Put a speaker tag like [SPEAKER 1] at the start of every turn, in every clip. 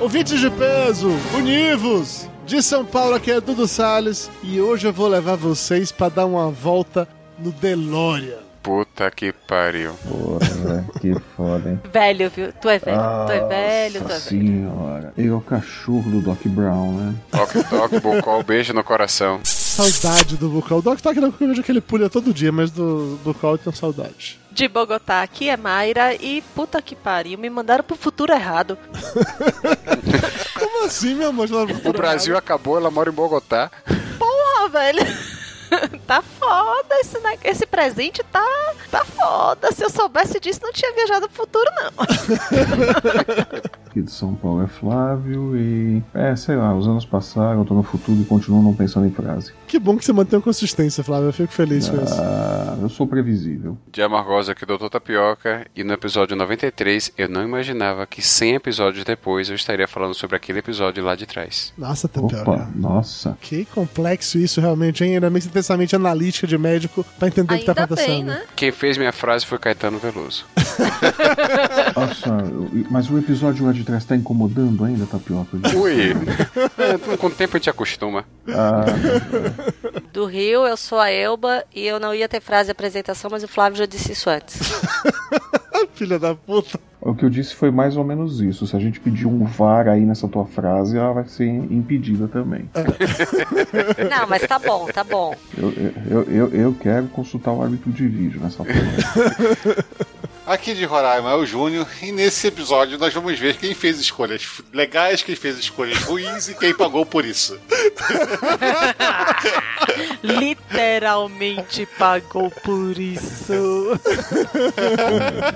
[SPEAKER 1] Ouvintes de peso, univos! De São Paulo, aqui é Dudu Salles e hoje eu vou levar vocês pra dar uma volta no DeLorean.
[SPEAKER 2] Puta que pariu.
[SPEAKER 3] Porra, velho, né? que foda, hein?
[SPEAKER 4] Velho, viu? Tu é velho, tu
[SPEAKER 1] Ah,
[SPEAKER 4] é velho, tu é
[SPEAKER 3] Nossa
[SPEAKER 4] velho.
[SPEAKER 3] senhora. Ele é o cachorro do Doc Brown, né?
[SPEAKER 2] Toque, toque, bocó, beijo no coração.
[SPEAKER 1] Saudade do Bucal. Doc tá Talk não, porque eu vejo que ele pulha todo dia, mas do Bucal eu tenho saudade.
[SPEAKER 4] De Bogotá, aqui é Mayra e puta que pariu, me mandaram pro futuro errado.
[SPEAKER 1] Como assim, meu amor?
[SPEAKER 2] O Brasil acabou, ela mora em Bogotá.
[SPEAKER 4] Porra, velho. Tá foda esse, ne- esse presente, tá, tá foda. Se eu soubesse disso, não tinha viajado pro futuro, não.
[SPEAKER 3] Aqui de São Paulo é Flávio e. É, sei lá, os anos passaram, eu tô no futuro e continuo não pensando em frase.
[SPEAKER 1] Que bom que você mantém a consistência, Flávio. Eu fico feliz com isso.
[SPEAKER 3] Ah, eu sou previsível.
[SPEAKER 2] De Amargosa aqui, Doutor Tapioca. E no episódio 93, eu não imaginava que 100 episódios depois eu estaria falando sobre aquele episódio lá de trás.
[SPEAKER 1] Nossa, tá pior.
[SPEAKER 3] Opa,
[SPEAKER 1] né?
[SPEAKER 3] nossa.
[SPEAKER 1] Que complexo isso realmente, hein? Ainda bem que você tem essa mente analítica de médico pra entender o que tá
[SPEAKER 4] Ainda
[SPEAKER 1] acontecendo.
[SPEAKER 4] bem, né?
[SPEAKER 2] Quem fez minha frase foi Caetano Veloso.
[SPEAKER 3] Nossa, eu- mas o episódio lá de trás tá incomodando ainda, Tapioca?
[SPEAKER 2] Ui! É, com o tempo a gente acostuma.
[SPEAKER 3] Ah,
[SPEAKER 4] Do Rio, eu sou a Elba e eu não ia ter frase de apresentação, mas o Flávio já disse isso antes.
[SPEAKER 1] Filha da puta.
[SPEAKER 3] o que eu disse foi mais ou menos isso. Se a gente pedir um VAR aí nessa tua frase, ela vai ser impedida também.
[SPEAKER 4] Não, mas tá bom, tá bom.
[SPEAKER 3] Eu, eu, eu, eu quero consultar o árbitro de vídeo nessa porra. né?
[SPEAKER 5] Aqui de Roraima é o Júnior e nesse episódio nós vamos ver quem fez escolhas f- legais, quem fez escolhas ruins e quem pagou por isso.
[SPEAKER 4] Literalmente pagou por isso.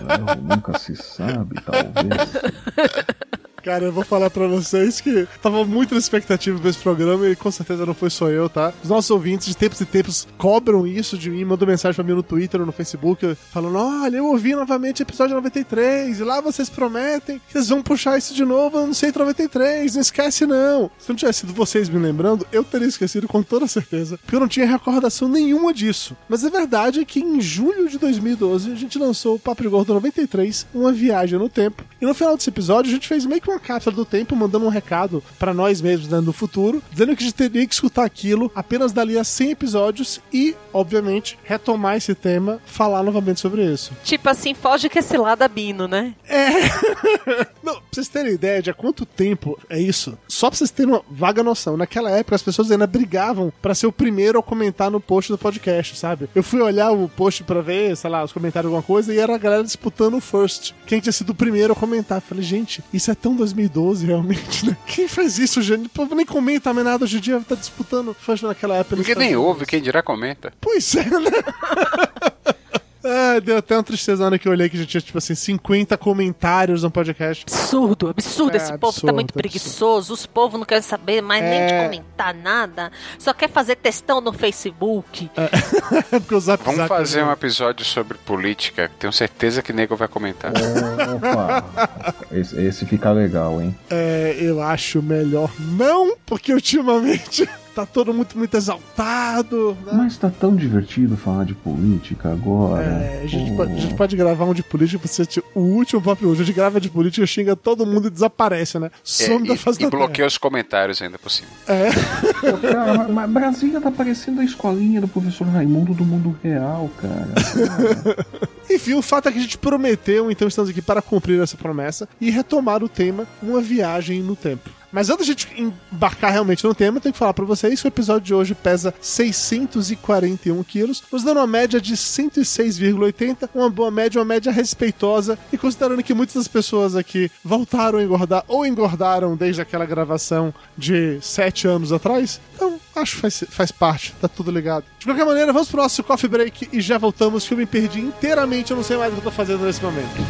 [SPEAKER 3] Não, nunca se sabe, talvez.
[SPEAKER 1] Cara, eu vou falar pra vocês que tava muito na expectativa pra esse programa e com certeza não foi só eu, tá? Os nossos ouvintes de tempos e tempos cobram isso de mim, mandam mensagem pra mim no Twitter ou no Facebook, falando: olha, eu ouvi novamente o episódio 93, e lá vocês prometem que vocês vão puxar isso de novo, eu não sei 93, não esquece não. Se não tivesse sido vocês me lembrando, eu teria esquecido com toda certeza, porque eu não tinha recordação nenhuma disso. Mas a verdade é que em julho de 2012 a gente lançou o Papo de Gordo 93, uma viagem no tempo. E no final desse episódio a gente fez meio que uma cápsula do tempo, mandando um recado pra nós mesmos né, no futuro, dizendo que a gente teria que escutar aquilo apenas dali a 100 episódios e, obviamente, retomar esse tema, falar novamente sobre isso.
[SPEAKER 4] Tipo assim, foge que esse lado é Bino, né?
[SPEAKER 1] Não, pra vocês terem ideia de há quanto tempo é isso, só pra vocês terem uma vaga noção, naquela época as pessoas ainda brigavam pra ser o primeiro a comentar no post do podcast, sabe? Eu fui olhar o post pra ver, sei lá, os comentários, alguma coisa, e era a galera disputando o first. Quem tinha sido o primeiro a comentar. Eu Falei, gente, isso é tão 2012 realmente, né? Quem faz isso, gente? O povo nem comenta mais nada hoje em dia, tá disputando first naquela época.
[SPEAKER 2] Ninguém nem ouve, quem dirá comenta.
[SPEAKER 1] Pois é, né? Ah, deu até uma tristeza na hora que eu olhei que já tinha, tipo assim, 50 comentários no podcast.
[SPEAKER 4] Absurdo, absurdo.
[SPEAKER 1] É,
[SPEAKER 4] esse povo tá
[SPEAKER 1] absurdo,
[SPEAKER 4] muito
[SPEAKER 1] absurdo.
[SPEAKER 4] preguiçoso. Os povos não querem saber mais nem de
[SPEAKER 1] É.
[SPEAKER 4] comentar nada. Só quer fazer textão no Facebook.
[SPEAKER 1] É porque o Zap
[SPEAKER 2] Vamos
[SPEAKER 1] Zap- né?
[SPEAKER 2] fazer um episódio sobre política, que tenho certeza que nego vai comentar.
[SPEAKER 3] Opa, esse, esse fica legal, hein?
[SPEAKER 1] É, eu acho melhor não, porque ultimamente tá todo muito, muito exaltado. né?
[SPEAKER 3] Mas tá tão divertido falar de política agora.
[SPEAKER 1] É, a, gente
[SPEAKER 3] Pô.
[SPEAKER 1] pode, a gente pode gravar um de política pra ser tipo, o último papo hoje. A gente grava de política, xinga todo mundo e desaparece, né?
[SPEAKER 2] É,
[SPEAKER 1] Some da face
[SPEAKER 2] e, e
[SPEAKER 1] da terra.
[SPEAKER 2] bloqueia os comentários ainda por cima.
[SPEAKER 3] Pô, cara, mas- mas Brasília tá parecendo a escolinha do professor Raimundo do mundo real, cara.
[SPEAKER 1] Enfim, o fato é que a gente prometeu, então estamos aqui para cumprir essa promessa e retomar o tema Uma Viagem no Tempo. Mas antes de a gente embarcar realmente no tema, eu tenho que falar para vocês que o episódio de hoje pesa 641 quilos, nos dando uma média de 106,80, uma boa média, uma média respeitosa, e considerando que muitas das pessoas aqui voltaram a engordar ou engordaram desde aquela gravação de 7 anos atrás, então acho que faz, faz parte, tá tudo ligado. De qualquer maneira, vamos pro nosso coffee break e já voltamos, que eu me perdi inteiramente, eu não sei mais o que eu tô fazendo nesse momento.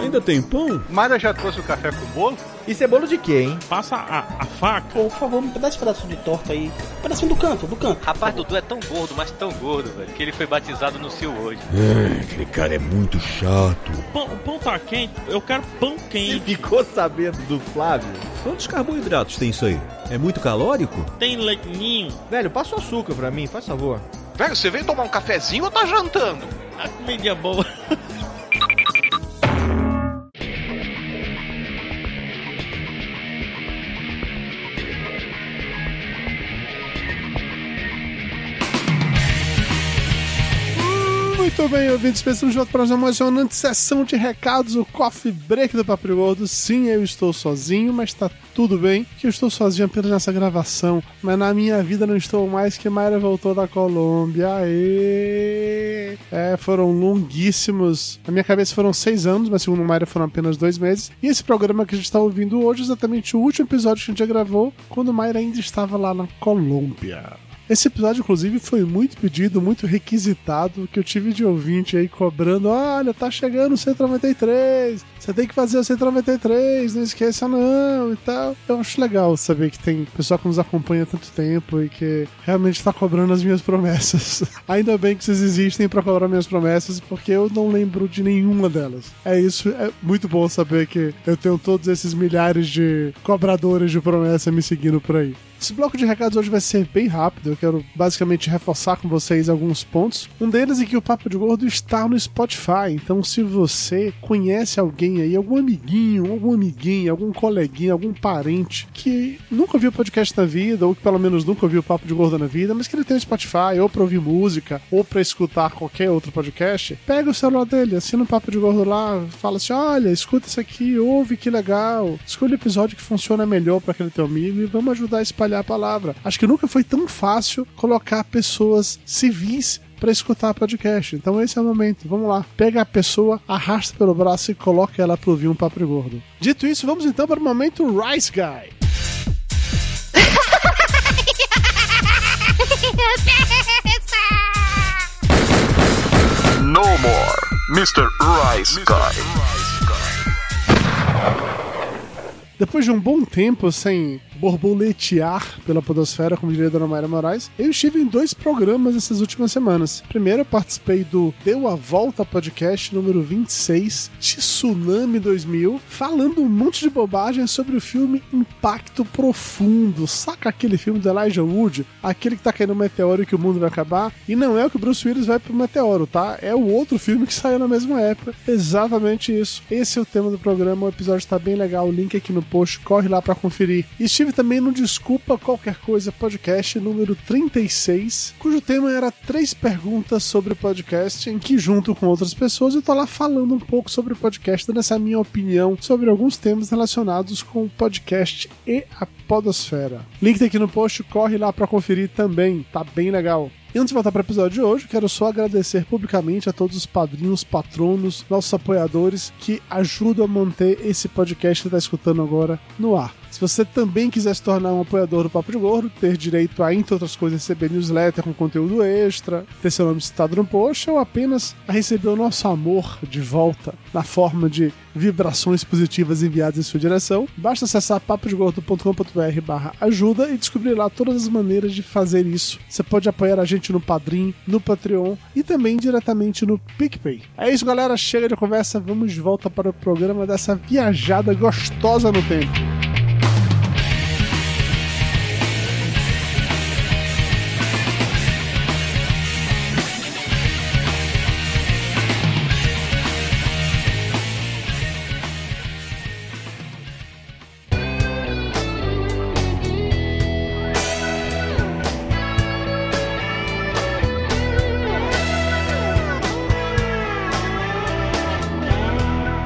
[SPEAKER 6] Ainda tem pão?
[SPEAKER 7] Mara já trouxe o café com bolo?
[SPEAKER 8] Isso é bolo de quê, hein?
[SPEAKER 6] Passa a, a faca.
[SPEAKER 9] Pô, por favor, me dá esse pedaço de torta aí. Um pedacinho do canto, do canto.
[SPEAKER 7] Rapaz, Dudu é tão gordo, mas tão gordo, velho, que ele foi batizado no Sil hoje.
[SPEAKER 10] Ai, aquele cara é muito chato.
[SPEAKER 6] Pão, o pão tá quente? Eu quero pão
[SPEAKER 8] E
[SPEAKER 6] quente.
[SPEAKER 8] ficou sabendo do Flávio?
[SPEAKER 10] Quantos carboidratos tem isso aí? É muito calórico?
[SPEAKER 6] Tem leite ninho.
[SPEAKER 8] Velho, passa o açúcar pra mim, faz favor.
[SPEAKER 11] Velho, você veio tomar um cafezinho ou tá jantando?
[SPEAKER 6] A comida é boa.
[SPEAKER 1] Muito bem, ouvintes, pensamos de volta para uma emocionante sessão de recados, o Coffee Break do Papo Gordo. Sim, eu estou sozinho, mas tá tudo bem, que eu estou sozinho apenas nessa gravação, mas na minha vida não estou mais, que Mayra voltou da Colômbia, aê! É, foram longuíssimos, na minha cabeça foram seis anos, mas segundo Mayra foram apenas dois meses, e esse programa que a gente está ouvindo hoje é exatamente o último episódio que a gente já gravou, quando Mayra ainda estava lá na Colômbia. Esse episódio, inclusive, foi muito pedido, muito requisitado, que eu tive de ouvinte aí cobrando: olha, tá chegando o 193, você tem que fazer o 193, não esqueça não e tal. Eu acho legal saber que tem pessoal que nos acompanha há tanto tempo e que realmente tá cobrando as minhas promessas. Ainda bem que vocês existem pra cobrar minhas promessas, porque eu não lembro de nenhuma delas. É isso, é muito bom saber que eu tenho todos esses milhares de cobradores de promessa me seguindo por aí. Esse bloco de recados hoje vai ser bem rápido. Eu quero basicamente reforçar com vocês alguns pontos. Um deles é que o Papo de Gordo está no Spotify. Então, se você conhece alguém aí, algum amiguinho, algum amiguinho, algum coleguinha, algum parente que nunca viu podcast na vida, ou que pelo menos nunca ouviu o Papo de Gordo na vida, mas que ele tem o Spotify, ou pra ouvir música, ou pra escutar qualquer outro podcast, pega o celular dele, assina o Papo de Gordo lá, fala assim: olha, escuta isso aqui, ouve que legal, escolha o episódio que funciona melhor pra aquele teu amigo e vamos ajudar a espalhar a palavra. Acho que nunca foi tão fácil colocar pessoas civis para escutar podcast. Então esse é o momento. Vamos lá. Pega a pessoa, arrasta pelo braço e coloca ela para ouvir um papo de gordo. Dito isso, vamos então para o momento Rice Guy.
[SPEAKER 11] No more, Mr. Rice Guy.
[SPEAKER 1] Depois de um bom tempo sem borboletear pela podosfera, como diria a Dona Mayra Moraes, eu estive em dois programas essas últimas semanas. Primeiro, eu participei do Deu a Volta Podcast número 26, Tsunami 2000, falando um monte de bobagem sobre o filme Impacto Profundo. Saca aquele filme do Elijah Wood? Aquele que tá caindo um meteoro e que o mundo vai acabar? E não é o que o Bruce Willis vai pro meteoro, tá? É o outro filme que saiu na mesma época. Exatamente isso. Esse é o tema do programa, o episódio tá bem legal, o link é aqui no post, corre lá pra conferir. E Estive também no Desculpa Qualquer Coisa podcast número 36, cujo tema era três perguntas sobre o podcast, em que junto com outras pessoas eu tô lá falando um pouco sobre o podcast, dando essa minha opinião sobre alguns temas relacionados com o podcast e a podosfera. Link tá aqui no post, corre lá pra conferir também, tá bem legal. E antes de voltar para o episódio de hoje, quero só agradecer publicamente a todos os padrinhos, patronos, nossos apoiadores que ajudam a manter esse podcast que está escutando agora no ar. Se você também quiser se tornar um apoiador do Papo de Gordo, ter direito a, entre outras coisas, receber newsletter com conteúdo extra, ter seu nome citado no post ou apenas a receber o nosso amor de volta na forma de vibrações positivas enviadas em sua direção, basta acessar papodegordo.com.br barra ajuda e descobrir lá todas as maneiras de fazer isso. Você pode apoiar a gente no Padrim, no Patreon e também diretamente no PicPay. É isso, galera. Chega de conversa. Vamos de volta para o programa dessa viajada gostosa no tempo.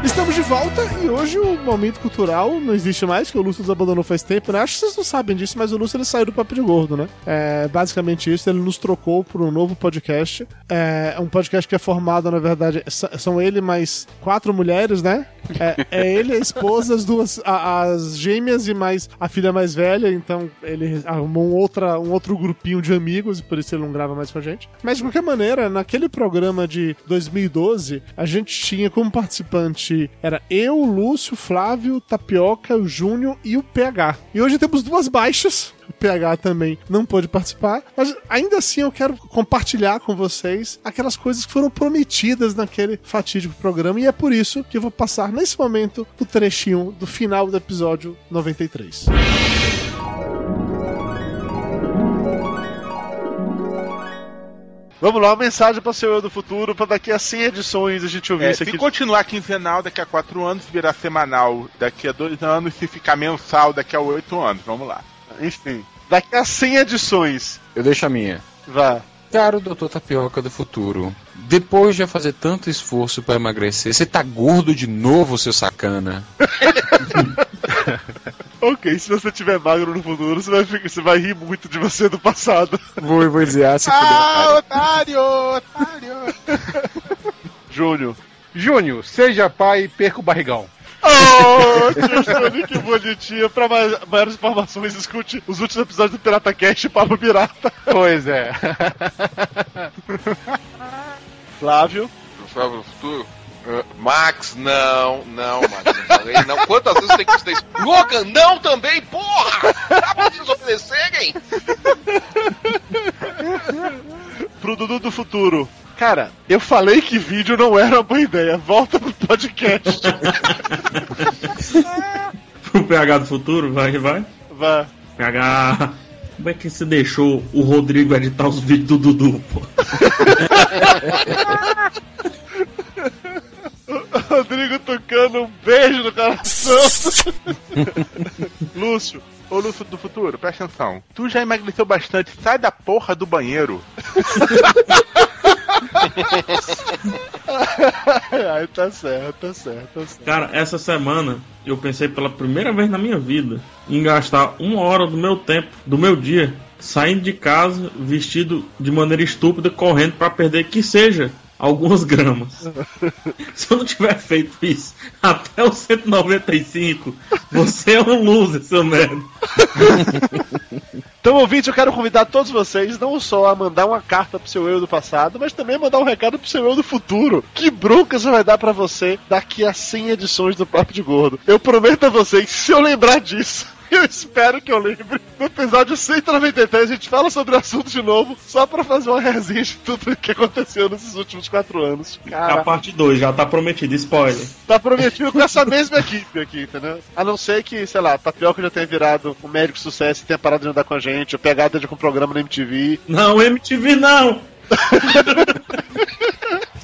[SPEAKER 1] Estamos de volta e hoje o momento cultural não existe mais, que o Lúcio nos abandonou faz tempo, né? Acho que vocês não sabem disso, mas o Lúcio ele saiu do Papo de Gordo, né? É basicamente isso, ele nos trocou por um novo podcast. É um podcast que é formado, na verdade, s- são ele mais quatro mulheres, né? É, é ele, a esposa, as duas, a- as gêmeas e mais a filha mais velha, então ele arrumou um, outra, um outro grupinho de amigos, e por isso ele não grava mais com a gente. Mas de qualquer maneira, naquele programa de 2012, a gente tinha como participante era eu, Lúcio, Flávio, Tapioca, o Júnior e o PH. E hoje temos duas baixas. O PH também não pôde participar, mas ainda assim eu quero compartilhar com vocês aquelas coisas que foram prometidas naquele fatídico programa, e é por isso que eu vou passar nesse momento o trechinho do final do episódio 93.
[SPEAKER 12] Vamos lá, uma mensagem para seu eu do futuro, para daqui a 100 edições a gente ouvir
[SPEAKER 13] É,
[SPEAKER 12] isso
[SPEAKER 13] se
[SPEAKER 12] aqui.
[SPEAKER 13] continuar quinzenal daqui a quatro anos, virar semanal daqui a dois anos, se ficar mensal daqui a oito anos. Vamos lá.
[SPEAKER 12] Enfim, daqui a 100 edições.
[SPEAKER 14] Eu deixo a minha.
[SPEAKER 12] Vá.
[SPEAKER 14] Caro Dr. Tapioca do futuro, depois de fazer tanto esforço para emagrecer, você tá gordo de novo, seu sacana.
[SPEAKER 12] Ok, se você tiver magro no futuro, você vai, ficar- você vai rir muito de você do passado.
[SPEAKER 14] Vou, vou dizer, ah, se
[SPEAKER 12] Ah,
[SPEAKER 13] otário! Otário!
[SPEAKER 12] Júnior.
[SPEAKER 15] Júnior, seja pai e perca o barrigão.
[SPEAKER 12] Oh, tio Júnior, que bonitinho. Pra mai- maiores informações, escute os últimos episódios do Pirata Cast e Papo Pirata.
[SPEAKER 15] Pois é.
[SPEAKER 12] Flávio.
[SPEAKER 16] Flávio do futuro? Ah, Max, não, não, Max, não falei, não. Quantas vezes tem que estudar isso? Logan, não também, porra! Dá pra vocês obedecerem?
[SPEAKER 12] Pro Dudu do futuro. Cara, eu falei que vídeo não era uma boa ideia. Volta pro podcast.
[SPEAKER 17] Pro PH do futuro, vai que vai.
[SPEAKER 12] Vá.
[SPEAKER 17] PH. Como é que você deixou o Rodrigo editar os vídeos do Dudu, pô?
[SPEAKER 12] Rodrigo Tucano, um beijo no coração. Lúcio.
[SPEAKER 13] Ô Lúcio do futuro, presta atenção. Tu já emagreceu bastante, sai da porra do banheiro.
[SPEAKER 12] Ai, tá certo, tá certo, tá certo.
[SPEAKER 17] Cara, essa semana eu pensei pela primeira vez na minha vida em gastar uma hora do meu tempo, do meu dia, saindo de casa vestido de maneira estúpida, correndo pra perder que seja algumas gramas. Se eu não tiver feito isso até o 195, você é um loser, seu merda.
[SPEAKER 12] Então, ouvinte, eu quero convidar todos vocês não só a mandar uma carta pro seu eu do passado, mas também mandar um recado pro seu eu do futuro. Que bronca isso vai dar pra você daqui a 100 edições do Papo de Gordo. Eu prometo a vocês, se eu lembrar disso, eu espero que eu lembre. No episódio 193, a gente fala sobre o assunto de novo, só pra fazer uma resenha de tudo que aconteceu nesses últimos quatro anos.
[SPEAKER 17] É A
[SPEAKER 12] Cara,
[SPEAKER 17] parte 2 já tá prometido, spoiler.
[SPEAKER 12] Tá prometido com essa mesma equipe aqui, entendeu? A não ser que, sei lá, Tapioca já tenha virado um médico sucesso e tenha parado de andar com a gente, ou pegada de um programa na MTV.
[SPEAKER 17] Não, MTV não!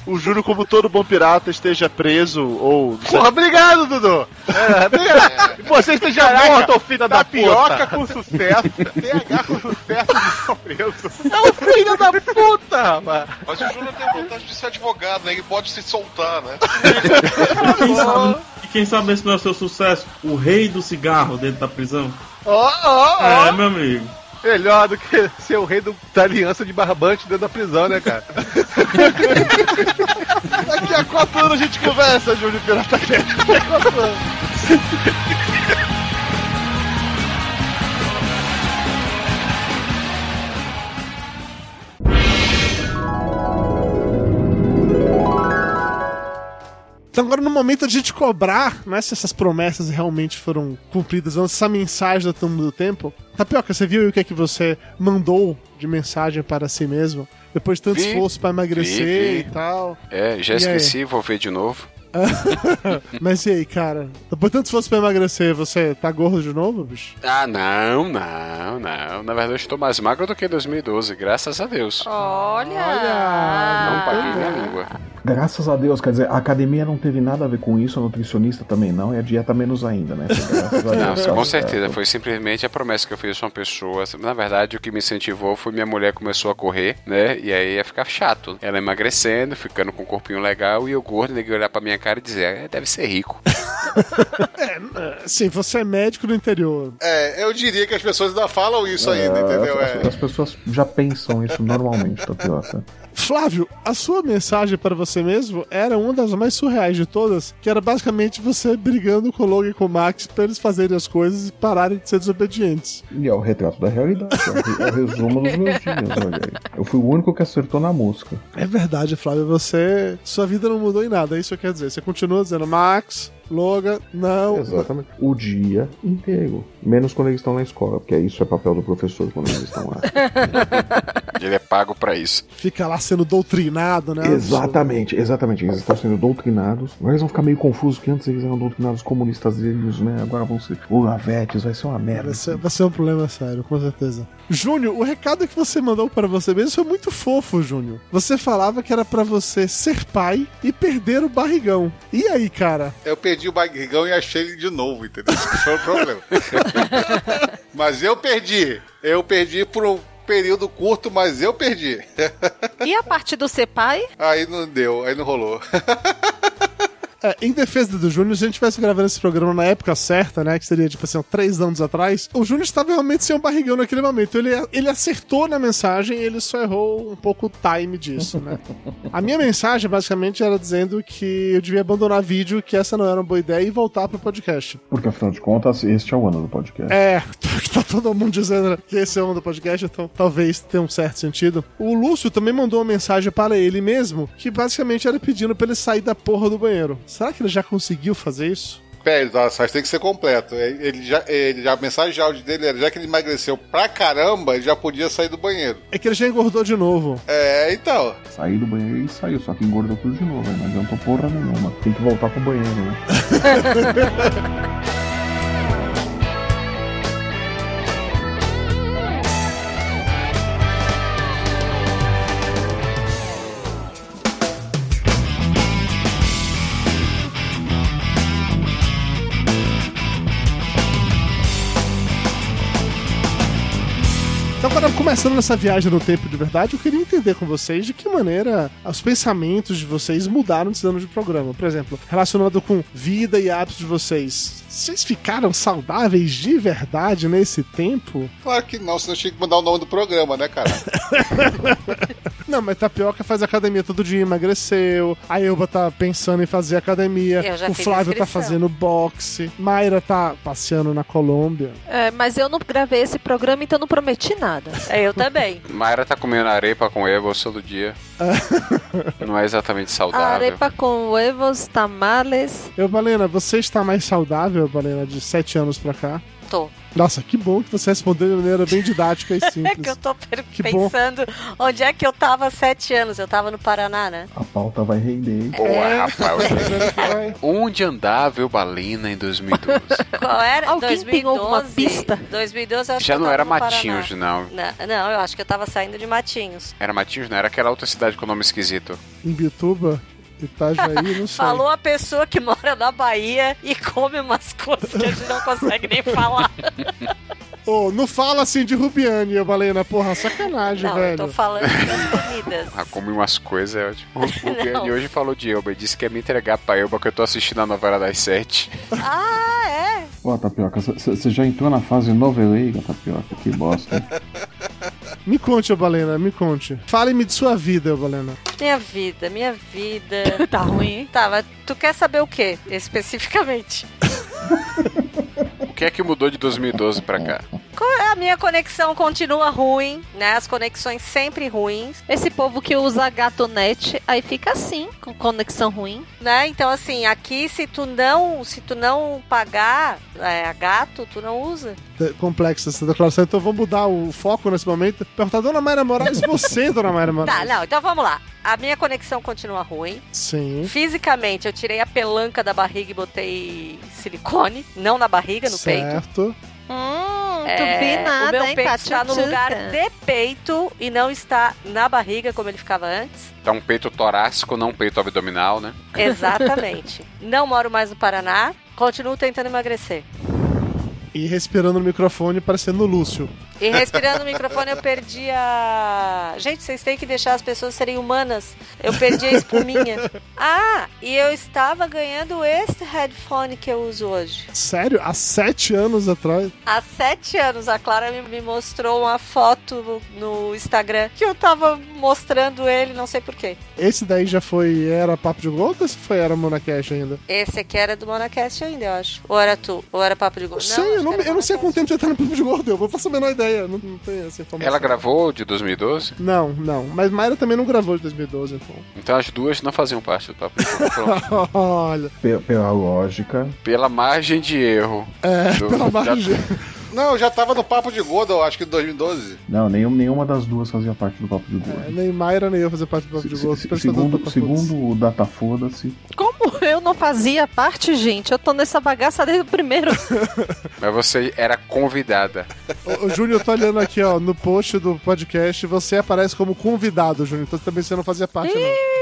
[SPEAKER 12] o Júlio, como todo bom pirata, esteja preso ou.
[SPEAKER 5] Porra, obrigado, Dudu! É, obrigado. Tá E Você esteja morto, ô filho da
[SPEAKER 12] tapioca
[SPEAKER 5] puta!
[SPEAKER 12] com
[SPEAKER 5] sucesso, TH com sucesso de preso. É um filho da puta, mano!
[SPEAKER 16] Mas o Júnior tem vontade de ser advogado, né? Ele pode se soltar, né?
[SPEAKER 17] E quem sabe, e quem sabe esse não é o seu sucesso? O rei do cigarro dentro da prisão?
[SPEAKER 5] Ó, ó, ó!
[SPEAKER 17] É, meu amigo.
[SPEAKER 5] Melhor do que ser o rei do, da aliança de barbante dentro da prisão, né, cara?
[SPEAKER 12] Daqui a quatro anos a gente conversa, Júlio Pirata Cast. Daqui a quatro anos.
[SPEAKER 1] Então agora no momento de a gente cobrar, né, se essas promessas realmente foram cumpridas, ou essa mensagem da turma do tempo. Tapioca, você viu aí o que é que você mandou de mensagem para si mesmo? Depois de tanto
[SPEAKER 2] Vi,
[SPEAKER 1] esforço para emagrecer
[SPEAKER 2] vi, vi.
[SPEAKER 1] e tal.
[SPEAKER 2] É, já
[SPEAKER 1] E aí?
[SPEAKER 2] esqueci, vou ver de novo.
[SPEAKER 1] Mas e aí, cara? Depois de tanto esforço para emagrecer, você tá gordo de novo, bicho?
[SPEAKER 2] Ah, não, não, não. Na verdade, eu estou mais magro do que em 2012, graças a Deus.
[SPEAKER 18] Oh.
[SPEAKER 4] Ah,
[SPEAKER 2] Não
[SPEAKER 4] tá.
[SPEAKER 2] paguei minha língua.
[SPEAKER 18] Ah.
[SPEAKER 3] Graças a Deus, quer dizer, a academia não teve nada a ver com isso, a nutricionista também não, e a dieta menos ainda, né? Foi graças a Deus.
[SPEAKER 2] Não, com certeza, foi simplesmente a promessa que eu fiz a uma pessoa. Na verdade, o que me incentivou foi minha mulher começou a correr, né? E aí ia ficar chato. Ela emagrecendo, ficando com um corpinho legal, e eu gordo, ninguém olhar pra minha cara e dizer, "É, deve ser rico.
[SPEAKER 1] É, Sim, você é médico do interior.
[SPEAKER 5] É, eu diria que as pessoas ainda falam isso ainda,
[SPEAKER 3] É,
[SPEAKER 5] entendeu?
[SPEAKER 3] as-
[SPEAKER 5] É.
[SPEAKER 3] As, as pessoas já pensam isso normalmente, Tapioca.
[SPEAKER 1] Flávio, a sua mensagem para você mesmo era uma das mais surreais de todas, que era basicamente você brigando com o Logan e com o Max para eles fazerem as coisas e pararem de ser desobedientes.
[SPEAKER 3] E é o retrato da realidade, é o, re- é o resumo dos meus dias, olha aí. Eu fui o único que acertou na mosca.
[SPEAKER 1] É verdade, Flávio, você. Sua vida não mudou em nada, é isso que eu quero dizer. Você continua dizendo, Max, Logan, não.
[SPEAKER 3] Exatamente. O dia inteiro. Menos quando eles estão na escola, porque isso é papel do professor quando eles estão lá.
[SPEAKER 2] Ele é pago pra isso.
[SPEAKER 1] Fica lá sendo doutrinado, né?
[SPEAKER 3] Exatamente, exatamente. Eles estão sendo doutrinados. Agora eles vão ficar meio confusos que antes eles eram doutrinados comunistas deles, né? Agora vão ser olavetes, vai ser uma merda.
[SPEAKER 1] Vai ser, vai ser um problema sério, com certeza. Júnior, o recado que você mandou para você mesmo foi muito fofo, Júnior. Você falava que era pra você ser pai e perder o barrigão. E aí, cara?
[SPEAKER 5] Eu perdi o barrigão e achei ele de novo, entendeu? Esse foi o problema. Mas eu perdi. Eu perdi por um período curto, mas eu perdi.
[SPEAKER 4] E a parte do ser pai?
[SPEAKER 5] Aí não deu, aí não rolou.
[SPEAKER 1] É, em defesa do Júnior, se a gente tivesse gravando esse programa na época certa, né? Que seria, tipo assim, há três anos atrás, o Júnior estava realmente sem um barrigão naquele momento. Ele, ele acertou na mensagem, ele só errou um pouco o time disso, né? A minha mensagem, basicamente, era dizendo que eu devia abandonar vídeo, que essa não era uma boa ideia, e voltar pro podcast.
[SPEAKER 3] Porque afinal de contas, este é o ano do podcast.
[SPEAKER 1] É, tá, tá todo mundo dizendo que esse é o ano do podcast, então talvez tenha um certo sentido. O Lúcio também mandou uma mensagem para ele mesmo, que basicamente era pedindo pra ele sair da porra do banheiro. Será que ele já conseguiu fazer isso?
[SPEAKER 5] Pera, nossa, mas tem que ser completo. Ele já, ele já, a mensagem de áudio dele era: já que ele emagreceu pra caramba, ele já podia sair do banheiro.
[SPEAKER 1] É que ele já engordou de novo.
[SPEAKER 5] É, então.
[SPEAKER 3] Saí do banheiro e saiu, só que engordou tudo de novo, né? não adiantou porra nenhuma. Tem que voltar pro banheiro, né?
[SPEAKER 1] Então, agora, começando nessa viagem no tempo de verdade, eu queria entender com vocês de que maneira os pensamentos de vocês mudaram nesse ano de programa. Por exemplo, relacionado com vida e hábitos de vocês. Vocês ficaram saudáveis de verdade nesse tempo?
[SPEAKER 5] Claro que não, senão tinha que mandar o nome do programa, né, cara?
[SPEAKER 1] Não, mas Tapioca faz academia todo dia, emagreceu. A Elba tá pensando em fazer academia.
[SPEAKER 4] Eu já
[SPEAKER 1] O
[SPEAKER 4] fiz
[SPEAKER 1] Flávio tá
[SPEAKER 4] inscrição.
[SPEAKER 1] fazendo boxe. Mayra tá passeando na Colômbia.
[SPEAKER 4] É, mas eu não gravei esse programa, então não prometi nada. É, eu também.
[SPEAKER 2] Mayra tá comendo arepa com Evos todo dia. Não é exatamente saudável.
[SPEAKER 4] Arepa com huevos, tamales.
[SPEAKER 1] Eu, Balena, você está mais saudável, Balena, de 7 anos pra cá?
[SPEAKER 4] Tô.
[SPEAKER 1] Nossa, que bom que você respondeu de maneira bem didática e
[SPEAKER 18] É que eu
[SPEAKER 1] simples.
[SPEAKER 18] tô per-
[SPEAKER 1] Que bom.
[SPEAKER 18] pensando onde é que eu tava há sete anos. Eu tava no Paraná, né?
[SPEAKER 3] A pauta vai render. hein?
[SPEAKER 2] Boa, rapaz. Onde andava eu balina em 2012?
[SPEAKER 18] Qual era?
[SPEAKER 4] Alguém
[SPEAKER 18] 2012,
[SPEAKER 4] tem alguma pista?
[SPEAKER 18] 2012 eu acho
[SPEAKER 2] Já
[SPEAKER 18] que eu
[SPEAKER 2] não
[SPEAKER 18] tava
[SPEAKER 2] era
[SPEAKER 18] no Paraná.
[SPEAKER 2] Matinhos, não.
[SPEAKER 18] Não, não, eu acho que eu tava saindo de Matinhos.
[SPEAKER 2] Era Matinhos, não? Era aquela outra cidade com nome esquisito.
[SPEAKER 1] Em Bituba, Itajaí, não sei.
[SPEAKER 18] Falou a pessoa que mora na Bahia e come umas coisas que a gente não consegue nem falar.
[SPEAKER 1] Ô, não fala assim de Rubiane, eu, Balena, porra, sacanagem,
[SPEAKER 18] Não, eu
[SPEAKER 1] velho.
[SPEAKER 18] tô falando das comidas.
[SPEAKER 2] Ah, comi umas coisas, é ótimo. O Guilherme
[SPEAKER 18] Não.
[SPEAKER 2] hoje falou de Elba e disse que ia me entregar pra Elba que eu tô assistindo a novela das sete.
[SPEAKER 18] Ah, é?
[SPEAKER 3] Ó, Tapioca, você já entrou na fase noveleira, Tapioca? Que bosta. hein?
[SPEAKER 1] Me conte, ô, Balena, me conte. Fale-me de sua vida, eu, Balena.
[SPEAKER 18] Minha vida, minha vida. tá ruim, hein? Tá, mas tu quer saber o que especificamente?
[SPEAKER 2] O que é que mudou de 2012 pra cá?
[SPEAKER 18] Co- A minha conexão continua ruim, né? As conexões sempre ruins,
[SPEAKER 4] Esse povo que usa gatonet, aí fica assim, com conexão ruim.
[SPEAKER 18] né? Então assim, aqui se tu não, se tu não pagar é, a gato, tu não usa.
[SPEAKER 1] Te- Complexa essa declaração, então vamos mudar o foco nesse momento. Perguntar, dona Mayra Moraes, você, dona Mayra Moraes?
[SPEAKER 18] Tá, não. Então vamos lá. A minha conexão continua ruim.
[SPEAKER 1] Sim.
[SPEAKER 18] Fisicamente, eu tirei a pelanca da barriga e botei silicone, não na barriga, no peito.
[SPEAKER 1] certo.
[SPEAKER 4] Hum,
[SPEAKER 18] É, o meu
[SPEAKER 4] hein,
[SPEAKER 18] peito
[SPEAKER 4] tá
[SPEAKER 18] está no
[SPEAKER 4] tchutchuca.
[SPEAKER 18] lugar de peito e não está na barriga como ele ficava antes.
[SPEAKER 2] Tá um peito torácico, não um peito abdominal, né?
[SPEAKER 18] Exatamente. Não moro mais no Paraná, continuo tentando emagrecer.
[SPEAKER 1] E respirando no microfone, parecendo o Lúcio.
[SPEAKER 18] E respirando o microfone, eu perdi a. Gente, vocês têm que deixar as pessoas serem humanas. Eu perdi a espuminha. Ah, e eu estava ganhando esse headphone que eu uso hoje.
[SPEAKER 1] Sério? Há sete anos atrás?
[SPEAKER 18] Há sete anos, a Clara me- me mostrou uma foto no, no Instagram que eu tava mostrando ele, não sei porquê.
[SPEAKER 1] Esse daí já foi Era Papo de Gordo ou esse foi Era Monacast ainda?
[SPEAKER 18] Esse aqui era do Monacast ainda, eu acho. Ou era tu, ou era Papo de Gordo.
[SPEAKER 1] Não sei, eu não, eu não sei há quanto tempo já tá no Papo de Gordo, eu vou faço a menor ideia. ideia, não, não tem essa informação.
[SPEAKER 2] Ela gravou de 2012?
[SPEAKER 1] Não, não. Mas Mayra também não gravou de 2012, então.
[SPEAKER 2] Então as duas não faziam parte do papo. Pronto.
[SPEAKER 1] Olha.
[SPEAKER 3] Pe- Pela lógica.
[SPEAKER 2] Pela margem de erro.
[SPEAKER 1] É,
[SPEAKER 2] do-
[SPEAKER 1] pela
[SPEAKER 2] da-
[SPEAKER 1] margem.
[SPEAKER 5] Não, eu já tava no papo de gordo, eu acho que em 2012.
[SPEAKER 3] Não, nenhum, nenhuma das duas fazia parte do papo de gordo.
[SPEAKER 2] tá.
[SPEAKER 1] É, nem Mayra nem eu fazer parte do papo de gol. super estudante
[SPEAKER 3] Segundo,
[SPEAKER 1] pra
[SPEAKER 3] segundo o Datafoda-se,
[SPEAKER 4] Como eu não fazia parte, gente? Eu tô nessa bagaça desde o primeiro.
[SPEAKER 2] Mas você era convidada.
[SPEAKER 1] O, o Júnior tá olhando aqui, ó, no post do podcast, você aparece como convidado, Júnior. Então também você não fazia parte, não.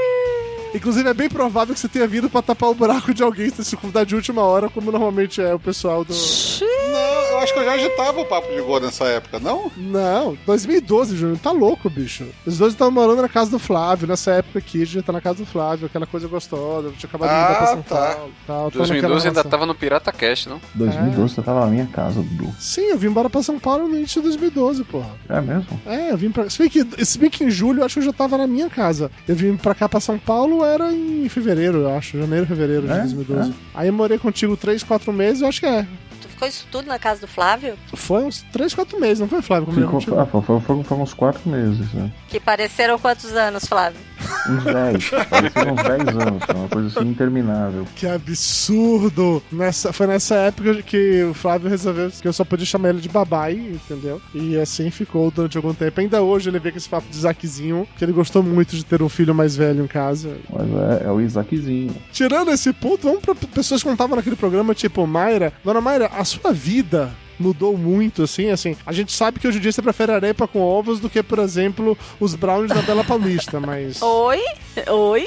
[SPEAKER 1] Inclusive, é bem provável que você tenha vindo pra tapar o buraco de alguém, ter se convidado de última hora, como normalmente é o pessoal do.
[SPEAKER 5] Não, eu acho que eu já agitava o papo de gordo nessa época, não?
[SPEAKER 1] Não, 2012, Júnior, tá louco, bicho. Os dois estavam morando na casa do Flávio, nessa época aqui, a gente tá na casa do Flávio, aquela coisa gostosa, eu tinha acabado de mudar pra São Paulo. Tal, tá naquela
[SPEAKER 2] 2012 ainda
[SPEAKER 1] relação.
[SPEAKER 2] tava no Pirata Cast, não?
[SPEAKER 1] É.
[SPEAKER 3] 2012 você tava na minha casa, Dudu.
[SPEAKER 1] Sim, eu vim embora pra São Paulo no início de 2012, porra.
[SPEAKER 3] É mesmo?
[SPEAKER 1] É, eu vim pra. Se bem, que, se bem que em julho eu acho que eu já tava na minha casa. Eu vim pra cá pra São Paulo, era em fevereiro, eu acho, janeiro, fevereiro de
[SPEAKER 3] É?
[SPEAKER 1] 2012. Aí eu morei contigo 3, 4 meses, eu acho que é.
[SPEAKER 18] Tu ficou isso tudo na casa do Flávio?
[SPEAKER 1] Foi uns 3, 4 meses, não foi, Flávio? Como é eu
[SPEAKER 3] Ficou,
[SPEAKER 1] contigo?
[SPEAKER 3] ah, foi, foi- foi- foram uns quatro meses, né?
[SPEAKER 18] Que pareceram quantos anos, Flávio?
[SPEAKER 3] Uns 10. Pareceram uns 10 anos, foi uma coisa assim interminável.
[SPEAKER 1] Que absurdo! Nessa, foi nessa época que o Flávio resolveu que eu só podia chamar ele de babai, entendeu? E assim ficou durante algum tempo. Ainda hoje ele vê com esse papo de Zaquezinho, que ele gostou muito de ter um filho mais velho em casa.
[SPEAKER 3] Mas é, é o Isaaczinho.
[SPEAKER 1] Tirando esse ponto, vamos pra pessoas que não estavam naquele programa, tipo, Mayra. Dona Mayra, a sua vida mudou muito, assim, assim. A gente sabe que hoje em dia você prefere arepa com ovos do que, por exemplo, os brownies da Bela Paulista, mas...
[SPEAKER 4] Oi? Oi?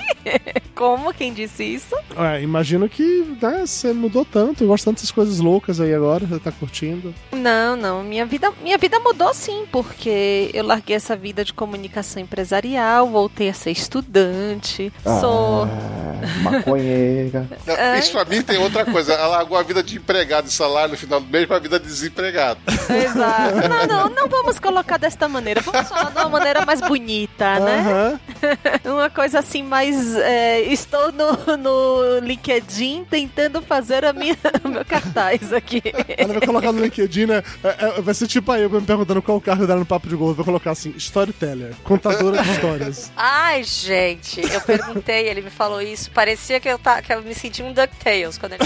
[SPEAKER 4] Como? Quem disse isso?
[SPEAKER 1] É, imagino que, né, você mudou tanto, gosta tanto dessas coisas loucas aí agora, você tá curtindo.
[SPEAKER 4] Não, não. Minha vida, minha vida mudou sim, porque eu larguei essa vida de comunicação empresarial, voltei a ser estudante, sou.
[SPEAKER 3] Ah, Maconheira.
[SPEAKER 5] Não,
[SPEAKER 4] É.
[SPEAKER 5] Isso pra mim tem outra coisa. Ela largou a vida de empregado e salário no final do mês pra vida de desempregado.
[SPEAKER 4] Exato. Não, não, não vamos colocar desta maneira. Vamos falar de uma maneira mais bonita, né? uma coisa assim, mais. é, estou no, no LinkedIn tentando fazer a minha, o meu cartaz aqui.
[SPEAKER 1] Ela vai colocar no LinkedIn, né? é, é, vai ser tipo aí, eu me perguntando qual cargo dela no papo de gol. Vai colocar assim, storyteller, contadora de histórias.
[SPEAKER 18] Ai, gente, eu perguntei, ele me falou isso. Parecia que eu, tá, que eu me senti um DuckTales quando ele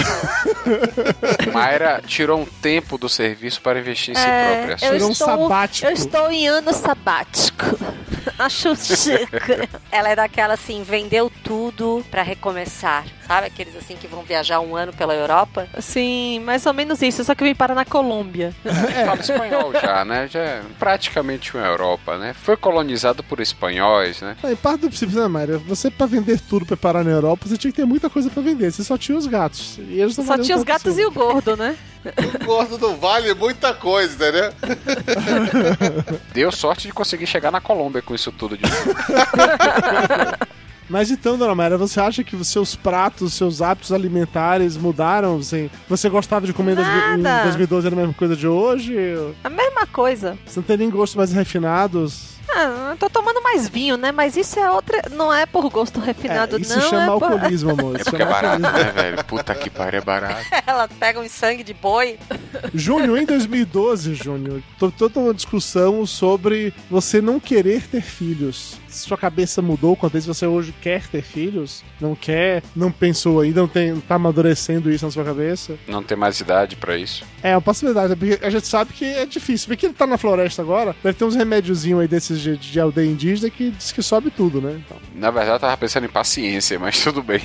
[SPEAKER 18] falou.
[SPEAKER 2] Mayra tirou um tempo do serviço para investir em si
[SPEAKER 4] É,
[SPEAKER 2] própria.
[SPEAKER 4] eu,
[SPEAKER 1] um
[SPEAKER 4] estou, eu estou em ano sabático. Acho um chique.
[SPEAKER 18] Ela é daquela assim, vendeu tudo pra recomeçar. Sabe aqueles assim que vão viajar um ano pela Europa?
[SPEAKER 4] Sim, mais ou menos isso, só que eu vim parar na Colômbia.
[SPEAKER 2] Fala espanhol já, né? Já é praticamente uma Europa, né? Foi colonizado por espanhóis, né?
[SPEAKER 1] Aí, parte do princípio, né, Mário? Você, pra vender tudo pra parar na Europa, você tinha que ter muita coisa pra vender. Você só tinha os gatos. E eles não
[SPEAKER 4] Só
[SPEAKER 1] valiam
[SPEAKER 4] tinha os
[SPEAKER 1] tanto
[SPEAKER 4] gatos
[SPEAKER 1] assim.
[SPEAKER 4] e o gordo, né?
[SPEAKER 5] O gordo não vale muita coisa, entendeu?
[SPEAKER 2] Deu sorte de conseguir chegar na Colômbia com isso tudo de
[SPEAKER 1] Mas então, dona Mayra, você acha que os seus pratos, os seus hábitos alimentares mudaram? Assim, você gostava de comer em dois- em
[SPEAKER 4] Nada.
[SPEAKER 1] 2012 era a mesma coisa de hoje?
[SPEAKER 4] A mesma coisa.
[SPEAKER 1] Você não tem nem gostos mais refinados?
[SPEAKER 4] Ah, eu tô tomando mais vinho, né? Mas isso é outra. Não é por gosto refinado,
[SPEAKER 1] isso
[SPEAKER 4] não.
[SPEAKER 1] chama
[SPEAKER 4] é por...
[SPEAKER 1] alcoolismo, amor.
[SPEAKER 2] É
[SPEAKER 1] Isso
[SPEAKER 2] porque é
[SPEAKER 1] chama
[SPEAKER 2] barato,
[SPEAKER 1] alcoolismo.
[SPEAKER 2] né, velho? Puta que pariu, é barato.
[SPEAKER 18] Ela pega um sangue de boi.
[SPEAKER 1] Júnior, em 2012, Júnior, teve toda uma discussão sobre você não querer ter filhos. Sua cabeça mudou quantas vezes você hoje quer ter filhos? Não quer, não pensou ainda, não, tem, não tá amadurecendo isso na sua cabeça?
[SPEAKER 2] Não tem mais idade pra isso.
[SPEAKER 1] É uma possibilidade, porque a gente sabe que é difícil. Porque ele tá na floresta agora, deve ter uns remédiozinhos aí desses de, de aldeia indígena que diz que sobe tudo, né? Então,
[SPEAKER 2] Na verdade, eu tava pensando em paciência, mas tudo bem.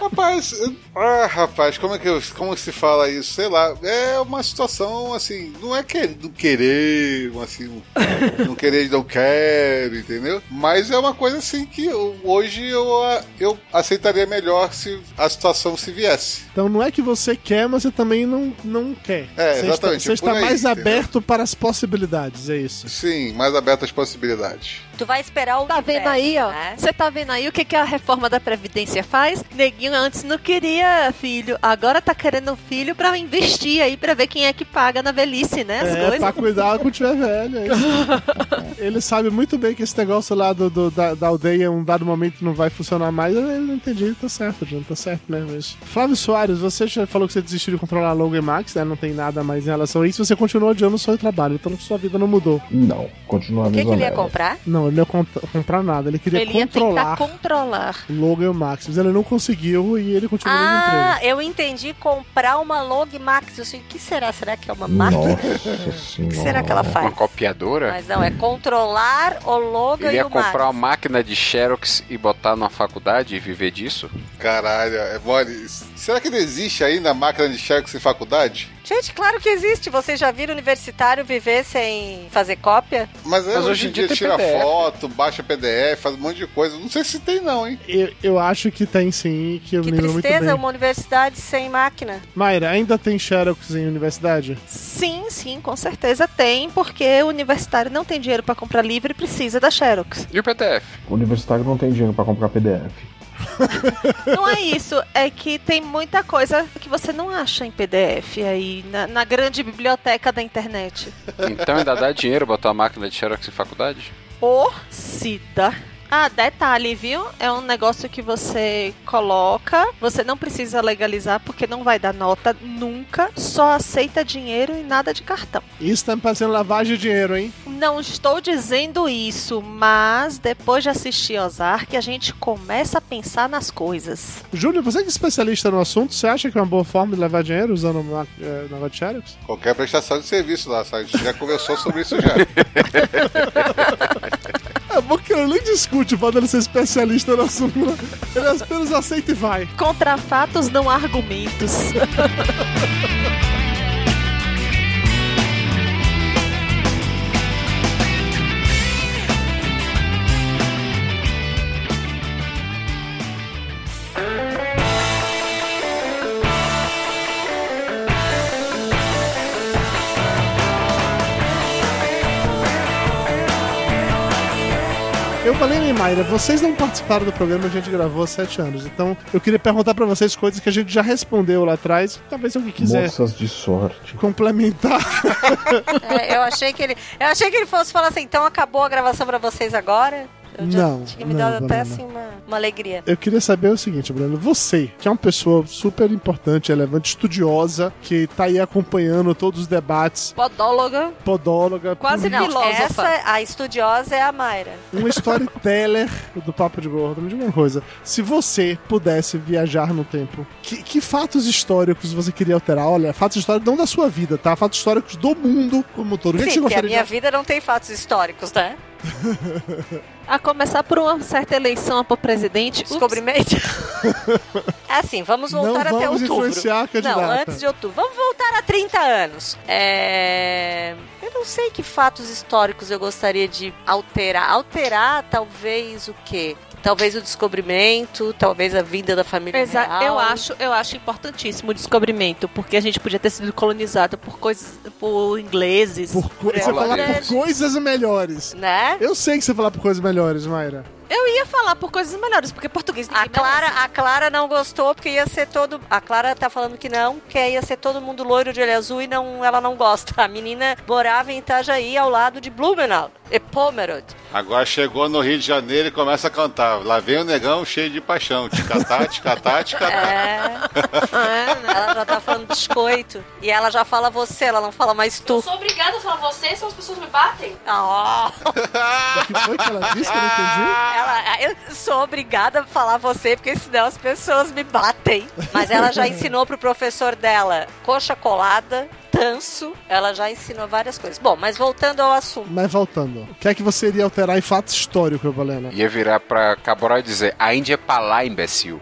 [SPEAKER 5] rapaz, eu- ah, rapaz, como é que eu- como se fala isso? Sei lá, é uma situação assim, não é que não querer, assim, não querer não quero, entendeu? Mas é uma coisa assim que eu- hoje eu, a- eu aceitaria melhor se a situação se viesse.
[SPEAKER 1] então não é que você quer, mas você também não, não quer.
[SPEAKER 5] É,
[SPEAKER 1] você
[SPEAKER 5] exatamente,
[SPEAKER 1] Está, você
[SPEAKER 5] por
[SPEAKER 1] está
[SPEAKER 5] aí,
[SPEAKER 1] mais
[SPEAKER 5] entendeu?
[SPEAKER 1] aberto para as possibilidades, é isso.
[SPEAKER 5] Sim, mais aberta às possibilidades.
[SPEAKER 18] Tu vai esperar o. né?
[SPEAKER 4] É. Tá vendo tá aí, ó? Você tá vendo aí o que que a reforma da Previdência faz. Neguinho antes não queria filho, agora tá querendo um filho pra investir aí, pra ver quem é que paga na velhice, né? As
[SPEAKER 1] É,
[SPEAKER 4] coisas.
[SPEAKER 1] pra cuidar quando tiver velho. é isso. ele sabe muito bem que esse negócio lá do, do- da, da aldeia, em um dado momento, não vai funcionar mais. Eu não entendi, tá certo, Jean, tá certo mesmo isso. Flávio Soares, você já falou que você desistiu de controlar a Logan Max, né? Não tem nada mais em relação a isso. Você continua odiando o seu trabalho, então sua vida não mudou.
[SPEAKER 3] Não, continua a
[SPEAKER 1] O que
[SPEAKER 3] mesma
[SPEAKER 1] que ele ia
[SPEAKER 2] né?
[SPEAKER 3] merda.
[SPEAKER 18] comprar?
[SPEAKER 1] Não, ele não ia cont- comprar nada, ele queria
[SPEAKER 4] Ele ia tentar
[SPEAKER 1] controlar
[SPEAKER 4] tá controlar.
[SPEAKER 1] Logan Max, mas ele não conseguiu e ele continua no mesmo emprego.
[SPEAKER 18] Ah, eu entendi comprar uma Log Max. Eu sei, o que será? Será que é uma máquina?
[SPEAKER 3] Nossa senhora.
[SPEAKER 18] que será que ela faz?
[SPEAKER 2] Uma copiadora?
[SPEAKER 18] Mas não, é controlar o logo
[SPEAKER 2] Ele
[SPEAKER 18] e
[SPEAKER 2] ia
[SPEAKER 18] o
[SPEAKER 2] comprar uma
[SPEAKER 18] Max.
[SPEAKER 2] máquina de Xerox e botar na faculdade e viver disso?
[SPEAKER 5] Caralho, é mole. Será que não existe ainda a máquina de xerox em faculdade?
[SPEAKER 18] Gente, claro que existe. Vocês já viram universitário viver sem fazer cópia?
[SPEAKER 5] Mas, é,
[SPEAKER 18] Mas
[SPEAKER 5] hoje em dia,
[SPEAKER 18] tem
[SPEAKER 5] tira
[SPEAKER 18] PDF.
[SPEAKER 5] foto, baixa PDF, faz um monte de coisa. Não sei se tem não, hein?
[SPEAKER 1] Eu, eu acho que tem sim, que eu me lembro muito
[SPEAKER 18] Tristeza,
[SPEAKER 1] bem.
[SPEAKER 18] uma universidade sem máquina.
[SPEAKER 1] Mayra, ainda tem Xerox em universidade?
[SPEAKER 4] Sim, sim, com certeza tem, porque o universitário não tem dinheiro pra comprar livro e precisa da Xerox.
[SPEAKER 2] E o PDF?
[SPEAKER 3] O universitário não tem dinheiro pra comprar PDF.
[SPEAKER 4] Não é isso, é que tem muita coisa que você não acha em PDF aí, na, na grande biblioteca da internet.
[SPEAKER 2] Então ainda dá dinheiro botar uma máquina de Xerox em faculdade?
[SPEAKER 4] Por Cida. Ah, detalhe, viu? É um negócio que você coloca, você não precisa legalizar porque não vai dar nota nunca, só aceita dinheiro e nada de cartão.
[SPEAKER 1] Isso tá me parecendo lavagem de dinheiro, hein?
[SPEAKER 4] Não estou dizendo isso, mas depois de assistir Ozark, a gente começa a pensar nas coisas.
[SPEAKER 1] Júlio, você que é especialista no assunto, você acha que é uma boa forma de levar dinheiro usando o negócio de Xerox?
[SPEAKER 5] Qualquer prestação de serviço lá, sabe? A gente já conversou sobre isso já.
[SPEAKER 1] É bom que ele nem discute o fato dele ser especialista no assunto. né? Ele apenas aceita e vai.
[SPEAKER 4] Contra fatos, não há argumentos.
[SPEAKER 1] Eu falei, né, Mayra, vocês não participaram do programa que a gente gravou há sete anos, então eu queria perguntar pra vocês coisas que a gente já respondeu lá atrás. Talvez alguém quiser
[SPEAKER 3] Moças de sorte.
[SPEAKER 1] complementar.
[SPEAKER 18] É, eu achei que ele, eu achei que ele fosse falar assim, então acabou a gravação pra vocês agora. Eu já
[SPEAKER 1] Não,
[SPEAKER 18] tinha me
[SPEAKER 1] não,
[SPEAKER 18] dado até
[SPEAKER 1] Banana.
[SPEAKER 18] assim uma, uma alegria.
[SPEAKER 1] Eu queria saber o seguinte, Bruno. Você, que é uma pessoa super importante, relevante, estudiosa, que tá aí acompanhando todos os debates,
[SPEAKER 4] Podóloga.
[SPEAKER 1] podóloga,
[SPEAKER 18] Quase
[SPEAKER 4] é
[SPEAKER 1] política,
[SPEAKER 18] não, essa a estudiosa é a Mayra.
[SPEAKER 1] um storyteller do Papo de Gordo. Me diga uma coisa. Se você pudesse viajar no tempo, que, que fatos históricos você queria alterar? Olha, fatos históricos não da sua vida, tá? Fatos históricos do mundo como um todo. O que, que
[SPEAKER 18] Sim,
[SPEAKER 1] você
[SPEAKER 18] porque a
[SPEAKER 1] gostaria
[SPEAKER 18] minha
[SPEAKER 1] de...
[SPEAKER 18] vida não tem fatos históricos, né?
[SPEAKER 4] A começar por uma certa eleição para presidente.
[SPEAKER 18] Descobrimento. Assim, vamos
[SPEAKER 4] Não
[SPEAKER 18] voltar até
[SPEAKER 4] vamos
[SPEAKER 18] outubro.
[SPEAKER 4] influenciar a candidata.
[SPEAKER 18] Não, antes de outubro. Vamos voltar a 30 anos. É... Eu não sei que fatos históricos eu gostaria de alterar. Alterar, talvez o quê? Talvez o descobrimento, talvez a vinda da família
[SPEAKER 4] Exa-
[SPEAKER 18] real.
[SPEAKER 4] eu acho, eu acho importantíssimo o descobrimento, porque a gente podia ter sido colonizado por coisas, por ingleses. Por,
[SPEAKER 1] Você falar por coisas melhores.
[SPEAKER 18] Né?
[SPEAKER 1] Eu sei que você falar por coisas melhores, Mayra.
[SPEAKER 4] Eu ia falar por coisas melhores, porque português
[SPEAKER 18] A Clara, a Clara não gostou porque ia ser todo. A Clara tá falando que não, que ia ser todo mundo loiro de olho azul e não, ela não gosta. A menina morava em Itajaí ao lado de Blumenau, e Pomerod.
[SPEAKER 5] Agora chegou no Rio de Janeiro e começa a cantar. Lá vem o negão cheio de paixão. Ticatá, ticatá,
[SPEAKER 18] É.
[SPEAKER 5] ticatá.
[SPEAKER 18] ela já tá falando biscoito. E ela já fala você, ela não fala mais tu.
[SPEAKER 19] Sou obrigada a falar você, senão as pessoas me batem.
[SPEAKER 18] Ah,
[SPEAKER 1] O que foi que ela disse que eu não entendi?
[SPEAKER 18] Ela, eu sou obrigada a falar você, porque senão as pessoas me batem. Mas ela já ensinou pro professor dela coxa colada, tanso. Ela já ensinou várias coisas. Bom, mas voltando ao assunto.
[SPEAKER 1] Mas voltando, o que é que você iria alterar em fato histórico, Valena?
[SPEAKER 2] Ia virar pra Cabral e dizer, a Índia é pra lá, imbecil.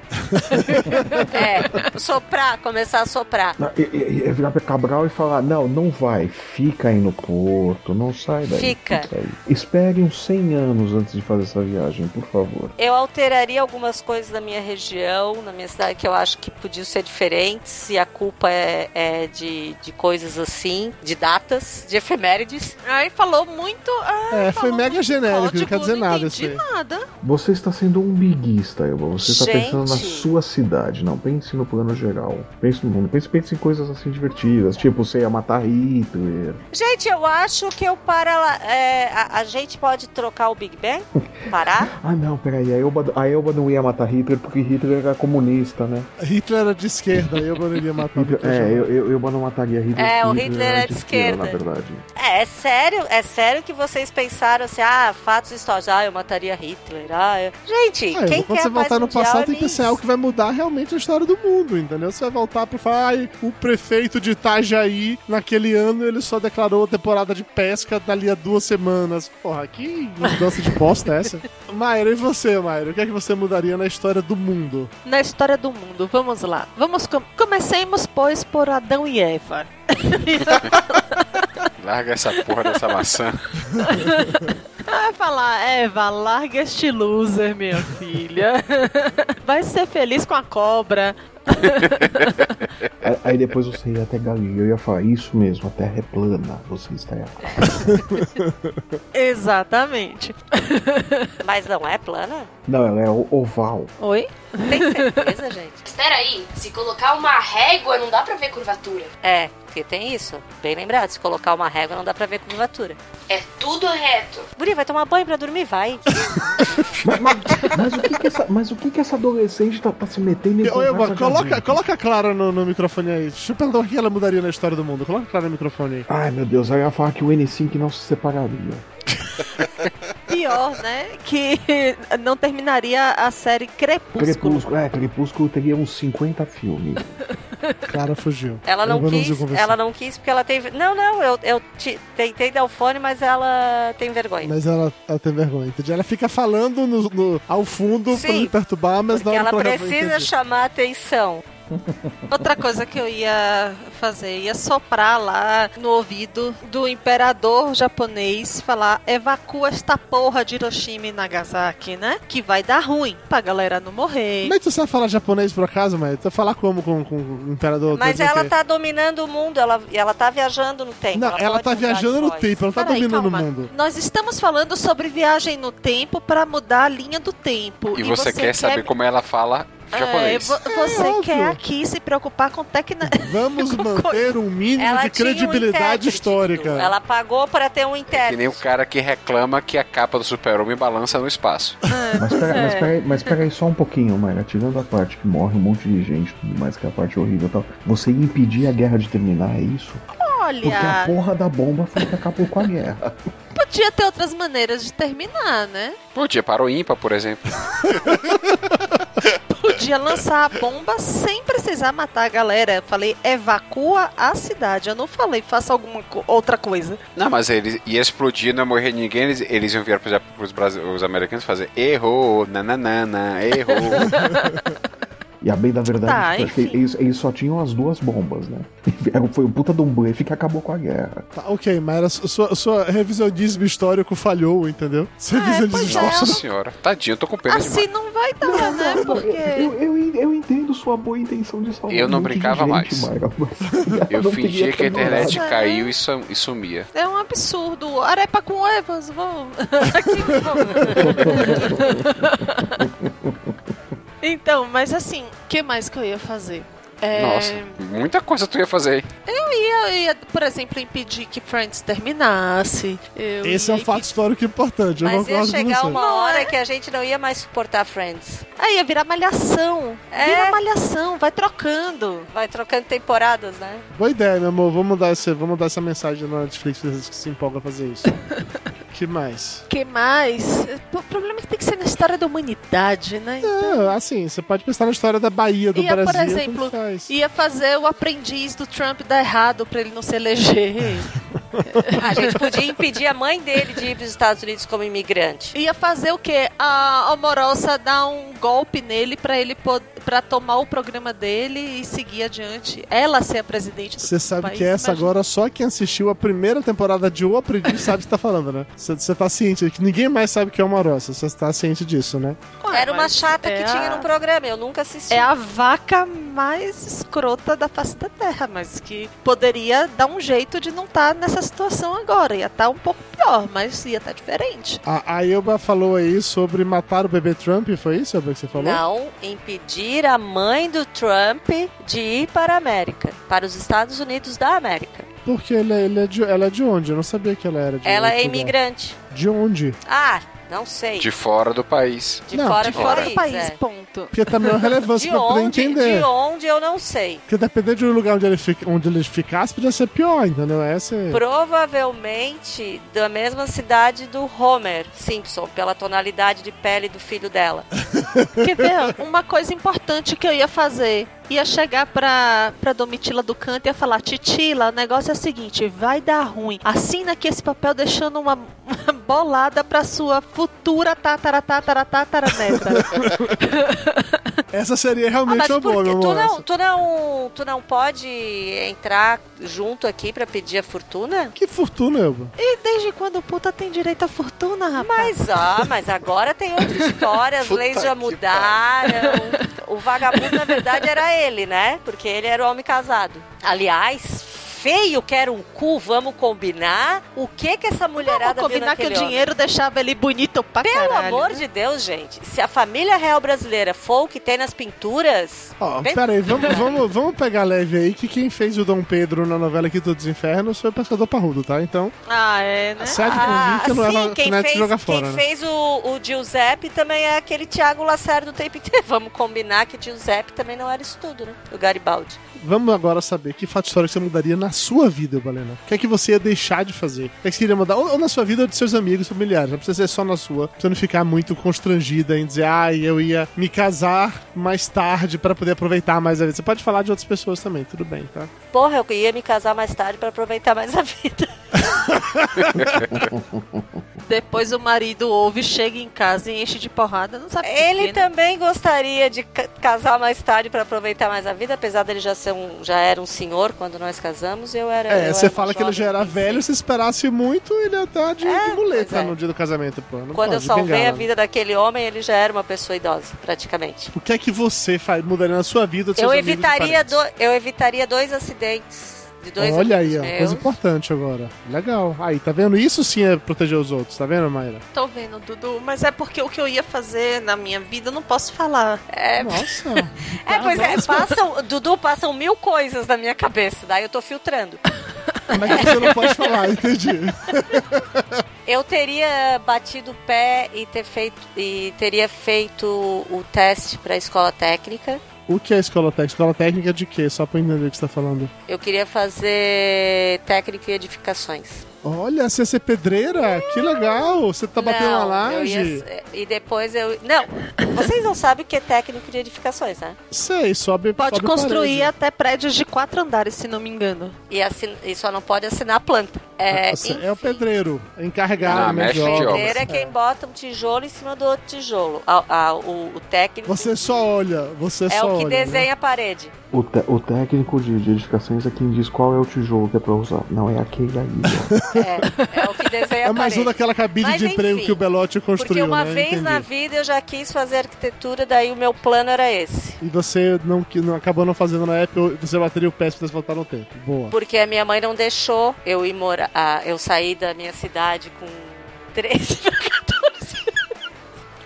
[SPEAKER 18] É, soprar, começar a soprar.
[SPEAKER 3] Não, e- e- Ia virar pra Cabral e falar: Não, não vai, fica aí no porto, não sai daí.
[SPEAKER 18] Fica.
[SPEAKER 3] aí. Espere uns 100 anos antes de fazer essa viagem, por favor.
[SPEAKER 18] Eu alteraria algumas coisas na minha região, na minha cidade, que eu acho que podiam ser diferentes, e a culpa é, é de, de coisas coisas assim, de datas, de efemérides.
[SPEAKER 4] Aí falou muito. ah,
[SPEAKER 1] É, foi
[SPEAKER 4] falou
[SPEAKER 1] mega
[SPEAKER 4] muito
[SPEAKER 1] genérico, não quer dizer nada isso
[SPEAKER 4] entendi
[SPEAKER 1] aí.
[SPEAKER 4] nada.
[SPEAKER 3] Você está sendo um biguista, Elba. Você está
[SPEAKER 4] Gente.
[SPEAKER 3] pensando na sua cidade. Não pense no plano geral. Pense no mundo. Pense, pense em coisas assim divertidas. Tipo, você ia matar Hitler.
[SPEAKER 18] Gente, eu acho que eu para. é, a, a gente pode trocar o Big Bang? Parar?
[SPEAKER 3] Ah, não, peraí. A Elba, a Elba não ia matar Hitler porque Hitler era comunista, né?
[SPEAKER 1] Hitler era de esquerda, eu não iria matar.
[SPEAKER 3] Hitler- é, eu, eu, Elba não mataria Hitler.
[SPEAKER 18] É, o
[SPEAKER 3] porque
[SPEAKER 18] Hitler
[SPEAKER 3] era
[SPEAKER 18] é de esquerda.
[SPEAKER 3] Na verdade.
[SPEAKER 18] É, é sério, é sério que vocês pensaram assim, ah, fatos históricos, ah, eu mataria Hitler, ah, eu... Gente,
[SPEAKER 1] Ah,
[SPEAKER 18] quem
[SPEAKER 1] quando
[SPEAKER 18] quer
[SPEAKER 1] você
[SPEAKER 18] paz
[SPEAKER 1] voltar no
[SPEAKER 18] mundial
[SPEAKER 1] passado,
[SPEAKER 18] é
[SPEAKER 1] tem que
[SPEAKER 18] nisso.
[SPEAKER 1] ser algo que vai mudar realmente a história do mundo, entendeu? Você vai voltar pra falar, ai, o prefeito de Itajaí, naquele ano, ele só declarou a temporada de pesca dali a duas semanas. Porra, que mudança de posta é essa? Mayra, e você, Mayra? O que é que você mudaria na história do mundo?
[SPEAKER 4] Na história do mundo, vamos lá. Vamos com- comecemos pois por Adão e Eva.
[SPEAKER 2] Larga essa porra dessa maçã.
[SPEAKER 4] Vai falar, Eva, larga este loser, minha filha. Vai ser feliz com a cobra.
[SPEAKER 3] Aí- Aí depois você ia até Galileu e ia falar: Isso mesmo, a terra é plana. Você está errado.
[SPEAKER 4] Exatamente.
[SPEAKER 18] Mas não é plana?
[SPEAKER 3] Não, ela é o- oval.
[SPEAKER 4] Oi?
[SPEAKER 18] Tem certeza, gente?
[SPEAKER 19] Espera aí, se colocar uma régua não dá pra ver curvatura.
[SPEAKER 18] É, porque tem isso, bem lembrado, se colocar uma régua não dá pra ver curvatura.
[SPEAKER 19] É tudo reto.
[SPEAKER 18] Guri, vai tomar banho pra dormir? Vai.
[SPEAKER 3] Mas, mas- mas o que que essa, mas o que que essa adolescente tá, tá se metendo em
[SPEAKER 1] Ô, Elba,
[SPEAKER 3] conversa de
[SPEAKER 1] coloca,
[SPEAKER 3] adulto?
[SPEAKER 1] coloca a Clara no, no microfone aí. Deixa eu perguntar o que ela mudaria na história do mundo. Coloca a Clara no microfone aí.
[SPEAKER 3] Ai meu Deus, aí ela ia falar que o N5 não se separaria.
[SPEAKER 4] Pior, né? Que não terminaria a série Crepúsculo.
[SPEAKER 3] Crepúsculo, é, Crepúsculo teria uns 50 filmes.
[SPEAKER 1] Clara fugiu.
[SPEAKER 18] Ela não quis, ela não quis porque ela tem... Não, não, eu, eu te- tentei dar o fone, mas ela tem vergonha.
[SPEAKER 1] Mas ela, ela tem vergonha, entendi. Ela fica falando no, no- ao fundo pra
[SPEAKER 18] Sim,
[SPEAKER 1] me perturbar, mas
[SPEAKER 18] Porque
[SPEAKER 1] não
[SPEAKER 18] ela precisa chamar atenção.
[SPEAKER 4] Outra coisa que eu ia fazer, ia soprar lá no ouvido do imperador japonês, falar evacua esta porra de Hiroshima e Nagasaki, né? Que vai dar ruim pra galera não morrer.
[SPEAKER 1] Mas é tu sabe falar japonês por acaso, mas tu falar como com, com o imperador?
[SPEAKER 18] Mas
[SPEAKER 1] Quer dizer
[SPEAKER 18] ela
[SPEAKER 1] que-
[SPEAKER 18] tá dominando o mundo, ela, ela tá viajando no tempo.
[SPEAKER 1] é Não, ela
[SPEAKER 18] pode
[SPEAKER 1] tá
[SPEAKER 18] mudar de
[SPEAKER 1] viajando no
[SPEAKER 18] voz.
[SPEAKER 1] tempo, ela tá
[SPEAKER 4] Peraí,
[SPEAKER 1] dominando
[SPEAKER 4] calma.
[SPEAKER 1] o mundo.
[SPEAKER 4] Nós estamos falando sobre viagem no tempo pra mudar a linha do tempo.
[SPEAKER 2] E você quer saber como ela fala
[SPEAKER 4] É,
[SPEAKER 2] japonês?
[SPEAKER 4] vo- você
[SPEAKER 1] óbvio.
[SPEAKER 4] quer aqui se preocupar com tecnologia.
[SPEAKER 1] Vamos manter um mínimo
[SPEAKER 18] Ela
[SPEAKER 1] de
[SPEAKER 18] tinha um
[SPEAKER 1] credibilidade
[SPEAKER 18] intérprete,
[SPEAKER 1] histórica.
[SPEAKER 18] Ela pagou pra ter um
[SPEAKER 2] É Que nem
[SPEAKER 18] intérprete.
[SPEAKER 2] o cara que reclama que a capa do super-homem balança no espaço.
[SPEAKER 3] Mas peraí, mas, peraí, mas peraí só um pouquinho, Mayra. Tirando a parte que morre um monte de gente, tudo mais, que é a parte horrível e tal. Você ia impedir a guerra de terminar, é isso? Porque a
[SPEAKER 4] Olha,
[SPEAKER 3] porra da bomba foi que acabou com a guerra.
[SPEAKER 4] podia ter outras maneiras de terminar, né?
[SPEAKER 2] Podia para o ímpar, por exemplo.
[SPEAKER 4] Podia lançar a bomba sem precisar matar a galera. Eu falei, evacua a cidade. Eu não falei, faça alguma co- outra coisa.
[SPEAKER 2] Não, mas eles ia explodir, não ia morrer ninguém, eles, eles iam virar pros, pros brasi- os americanos e fazer errou, nananana, errou.
[SPEAKER 3] E a bem da verdade,
[SPEAKER 4] Tá,
[SPEAKER 3] tipo, acho que
[SPEAKER 4] enfim.
[SPEAKER 3] eles, eles só tinham as duas bombas, né? Foi um puta de um blefe que acabou com a guerra.
[SPEAKER 1] Tá, ok, Mayra, sua, sua revisionismo histórico falhou, entendeu? Seu
[SPEAKER 18] Ah, é,
[SPEAKER 1] revisionismo
[SPEAKER 2] Nossa
[SPEAKER 1] histórico.
[SPEAKER 2] senhora, tadinho, eu tô com pena de
[SPEAKER 4] Assim não vai dar, né? Porque.
[SPEAKER 3] Eu, eu, eu entendo sua boa intenção de salvar
[SPEAKER 2] Eu não
[SPEAKER 3] um monte de
[SPEAKER 2] brincava
[SPEAKER 3] gente,
[SPEAKER 2] mais.
[SPEAKER 3] Mayra, mas ela
[SPEAKER 2] Eu
[SPEAKER 3] não
[SPEAKER 2] fingia
[SPEAKER 3] teria
[SPEAKER 2] que a internet
[SPEAKER 3] terminado.
[SPEAKER 2] caiu e, sum- e sumia.
[SPEAKER 4] É um absurdo. Arepa com Evas, vou. Aqui, vou. então, mas assim, o que mais que eu ia fazer? É,
[SPEAKER 2] Nossa, muita coisa tu ia fazer, hein?
[SPEAKER 4] Eu ia, eu ia, por exemplo, impedir que Friends terminasse. Eu
[SPEAKER 1] Esse é um
[SPEAKER 4] ia-
[SPEAKER 1] fato histórico importante, eu
[SPEAKER 18] Mas ia
[SPEAKER 1] concordo com
[SPEAKER 18] chegar
[SPEAKER 1] você.
[SPEAKER 18] uma hora que a gente não ia mais suportar Friends.
[SPEAKER 4] Aí ia virar malhação. Vira malhação, vai trocando.
[SPEAKER 18] Vai trocando temporadas, né?
[SPEAKER 1] Boa ideia, meu amor. Vamos mandar, esse, vamos mandar essa mensagem na Netflix pra vocês que se empolga a fazer isso. que mais?
[SPEAKER 4] que mais? O problema é que tem que ser na história da humanidade, né?
[SPEAKER 1] É, assim, você pode pensar na história da Bahia, do
[SPEAKER 4] ia,
[SPEAKER 1] Brasil.
[SPEAKER 4] por exemplo,
[SPEAKER 1] tanto faz.
[SPEAKER 4] ia fazer o aprendiz do Trump dar errado pra ele não se eleger.
[SPEAKER 18] A gente podia impedir a mãe dele de ir pros Estados Unidos como imigrante.
[SPEAKER 4] ia fazer o quê? A Amorosa dar um golpe nele pra ele para tomar o programa dele e seguir adiante. Ela ser a presidente do
[SPEAKER 1] Você sabe
[SPEAKER 4] país,
[SPEAKER 1] que é essa
[SPEAKER 4] imagina.
[SPEAKER 1] agora só quem assistiu a primeira temporada de O Aprendiz sabe o que tá falando, né? Você- Você tá ciente que ninguém mais sabe o que é uma roça. Você tá ciente disso, né?
[SPEAKER 18] Era uma chata
[SPEAKER 4] é
[SPEAKER 18] que
[SPEAKER 4] a-
[SPEAKER 18] tinha no programa, eu nunca assisti.
[SPEAKER 4] É a vaca mais escrota da face da Terra, mas que poderia dar um jeito de não estar nessa situação agora. Ia estar um pouco pior, mas ia estar diferente.
[SPEAKER 1] A, a Ilba falou aí sobre matar o bebê Trump, foi isso, Elba, que você falou?
[SPEAKER 18] Não impedir a mãe do Trump de ir para a América, para os Estados Unidos da América.
[SPEAKER 1] Porque ele, é- ele é de, ela é de onde? Eu não sabia que ela era de
[SPEAKER 18] Ela
[SPEAKER 1] outro
[SPEAKER 18] é
[SPEAKER 1] lugar.
[SPEAKER 18] imigrante.
[SPEAKER 1] De onde?
[SPEAKER 18] Ah, não sei.
[SPEAKER 2] De fora do país.
[SPEAKER 18] De fora do
[SPEAKER 4] fora
[SPEAKER 18] país,
[SPEAKER 4] do país,
[SPEAKER 18] é.
[SPEAKER 4] ponto.
[SPEAKER 1] Porque também é uma relevância
[SPEAKER 18] de
[SPEAKER 1] pra poder
[SPEAKER 18] onde,
[SPEAKER 1] entender.
[SPEAKER 18] De onde eu não sei.
[SPEAKER 1] Porque dependendo do lugar onde ele, fica, onde ele ficasse, podia ser pior, entendeu? Essa é...
[SPEAKER 18] Provavelmente da mesma cidade do Homer Simpson, pela tonalidade de pele do filho dela.
[SPEAKER 4] Quer ver? Uma coisa importante que eu ia fazer. Ia chegar pra, pra Domitila do canto e ia falar: Titila, o negócio é o seguinte, vai dar ruim. Assina aqui esse papel deixando uma, uma bolada pra sua futura tataratataratatarataneta.
[SPEAKER 1] Essa seria
[SPEAKER 18] Ah, mas
[SPEAKER 1] realmente uma
[SPEAKER 18] por
[SPEAKER 1] boa,
[SPEAKER 18] quê?
[SPEAKER 1] meu
[SPEAKER 18] tu
[SPEAKER 1] amor.
[SPEAKER 18] não, tu não, tu não pode entrar junto aqui pra pedir a fortuna?
[SPEAKER 1] Que fortuna, Elba.
[SPEAKER 4] E desde quando o puta tem direito à fortuna, rapaz?
[SPEAKER 18] Mas ah, mas agora tem outra história, as leis já mudaram. O vagabundo na verdade era ele, né? Porque ele era o homem casado. Aliás, feio que era um cu, vamos combinar. O que que essa mulherada viu
[SPEAKER 4] combinar que o
[SPEAKER 18] naquele homem?
[SPEAKER 4] dinheiro deixava ele bonito pra
[SPEAKER 18] Pelo
[SPEAKER 4] caralho. né?
[SPEAKER 18] amor de Deus, gente. Se a família real brasileira for o que tem nas pinturas.
[SPEAKER 1] Ó, peraí, vamos, vamos, vamos pegar leve aí que quem fez o Dom Pedro na novela Aqui dos Infernos foi o Pescador Parrudo, tá? Então,
[SPEAKER 4] Ah, é, né?
[SPEAKER 1] Sete com vinte não
[SPEAKER 18] Ah, sim,
[SPEAKER 1] era
[SPEAKER 18] quem
[SPEAKER 1] não é de
[SPEAKER 18] fez,
[SPEAKER 1] jogar fora,
[SPEAKER 18] quem
[SPEAKER 1] né?
[SPEAKER 18] fez o, o Giuseppe também é aquele Thiago Lacerda do tempo inteiro. Vamos combinar que Giuseppe também não era isso tudo, né? O Garibaldi.
[SPEAKER 1] vamos agora saber que fato histórico você mudaria na sua vida, Balena. O que é que você ia deixar de fazer? O que é que você iria mudar? Ou, ou na sua vida ou de seus amigos, familiares. Não precisa ser só na sua. Pra você não ficar muito constrangida em dizer, ai, eu ia me casar mais tarde pra poder aproveitar mais a vida. Você pode falar de outras pessoas também, tudo bem, tá?
[SPEAKER 18] Porra, eu ia me casar mais tarde pra aproveitar mais a vida.
[SPEAKER 4] Depois o marido ouve, chega em casa e enche de porrada, não sabe por
[SPEAKER 18] Ele
[SPEAKER 4] quê, né?
[SPEAKER 18] também gostaria de ca- casar mais tarde pra aproveitar mais a vida, apesar dele já ser um, já era um senhor quando nós casamos, eu era
[SPEAKER 1] É,
[SPEAKER 18] eu
[SPEAKER 1] você
[SPEAKER 18] era um assim.
[SPEAKER 1] fala que ele já era velho, se esperasse muito, ele ia estar de, de muleta no dia do casamento, pô. Não
[SPEAKER 18] É, Quando eu
[SPEAKER 1] pode
[SPEAKER 18] salvei
[SPEAKER 1] vingar,
[SPEAKER 18] a
[SPEAKER 1] né?
[SPEAKER 18] vida daquele homem, ele já era uma pessoa idosa, praticamente.
[SPEAKER 1] O que é que você faz, mudaria na sua vida? dos
[SPEAKER 18] Eu
[SPEAKER 1] seus amigos e
[SPEAKER 18] evitaria,
[SPEAKER 1] parentes?
[SPEAKER 18] do- eu evitaria dois acidentes de dois
[SPEAKER 1] Olha aí,
[SPEAKER 18] amigos
[SPEAKER 1] ó,
[SPEAKER 18] meus.
[SPEAKER 1] coisa importante agora. Legal. Aí, tá vendo? Isso sim é proteger os outros, tá vendo, Mayra?
[SPEAKER 4] Tô vendo, Dudu, mas é porque o que eu ia fazer na minha vida eu não posso falar.
[SPEAKER 18] É...
[SPEAKER 1] Nossa.
[SPEAKER 18] É, pois é, passam, Dudu, passam mil coisas na minha cabeça, daí eu tô filtrando.
[SPEAKER 1] Mas é você não pode falar, entendi.
[SPEAKER 18] Eu teria batido o pé e, ter feito, e teria feito o teste pra escola técnica.
[SPEAKER 1] O que é escola técnica? Escola técnica é de quê? Só pra eu entender o que você tá falando.
[SPEAKER 18] Eu queria fazer técnico em edificações.
[SPEAKER 1] Olha, você ia ser pedreira? Que legal! Você tá batendo
[SPEAKER 18] Não,
[SPEAKER 1] uma
[SPEAKER 18] eu ia
[SPEAKER 1] laje?
[SPEAKER 18] ser- e depois eu. Não, vocês não sabem o que é técnico de edificações, né?
[SPEAKER 1] Sei, sobe
[SPEAKER 4] Pode
[SPEAKER 1] sobe
[SPEAKER 4] construir
[SPEAKER 1] parede.
[SPEAKER 4] até prédios de quatro andares, se não me engano.
[SPEAKER 18] E, assin- e só não pode assinar a planta. É,
[SPEAKER 1] Nossa, é o pedreiro, é encarregado,
[SPEAKER 2] Ah,
[SPEAKER 1] né,
[SPEAKER 2] mestre de
[SPEAKER 1] obras.
[SPEAKER 18] pedreiro é quem bota um tijolo em cima do outro tijolo. A- a- o, o técnico
[SPEAKER 1] Você só olha, você
[SPEAKER 18] é
[SPEAKER 1] só
[SPEAKER 18] o que
[SPEAKER 1] olha. né?
[SPEAKER 18] desenha a parede.
[SPEAKER 3] O, te- o técnico de, de edificações é quem diz qual é o tijolo que é pra usar. Não é aquele aí. ó.
[SPEAKER 18] É, é o que desenha
[SPEAKER 1] É
[SPEAKER 18] a
[SPEAKER 1] mais
[SPEAKER 18] parede.
[SPEAKER 1] um daquela cabine
[SPEAKER 18] Mas,
[SPEAKER 1] de emprego
[SPEAKER 18] enfim,
[SPEAKER 1] que o Belotti
[SPEAKER 18] Porque
[SPEAKER 1] construiu,
[SPEAKER 18] uma
[SPEAKER 1] né?
[SPEAKER 18] vez
[SPEAKER 1] Entendi.
[SPEAKER 18] na vida eu já quis fazer arquitetura, daí o meu plano era esse.
[SPEAKER 1] E você não, que não acabou não fazendo na época, você bateria o pé se vocês voltar no tempo. Boa.
[SPEAKER 18] Porque a minha mãe não deixou eu ir morar. ah, eu saí da minha cidade com 13 pra 14.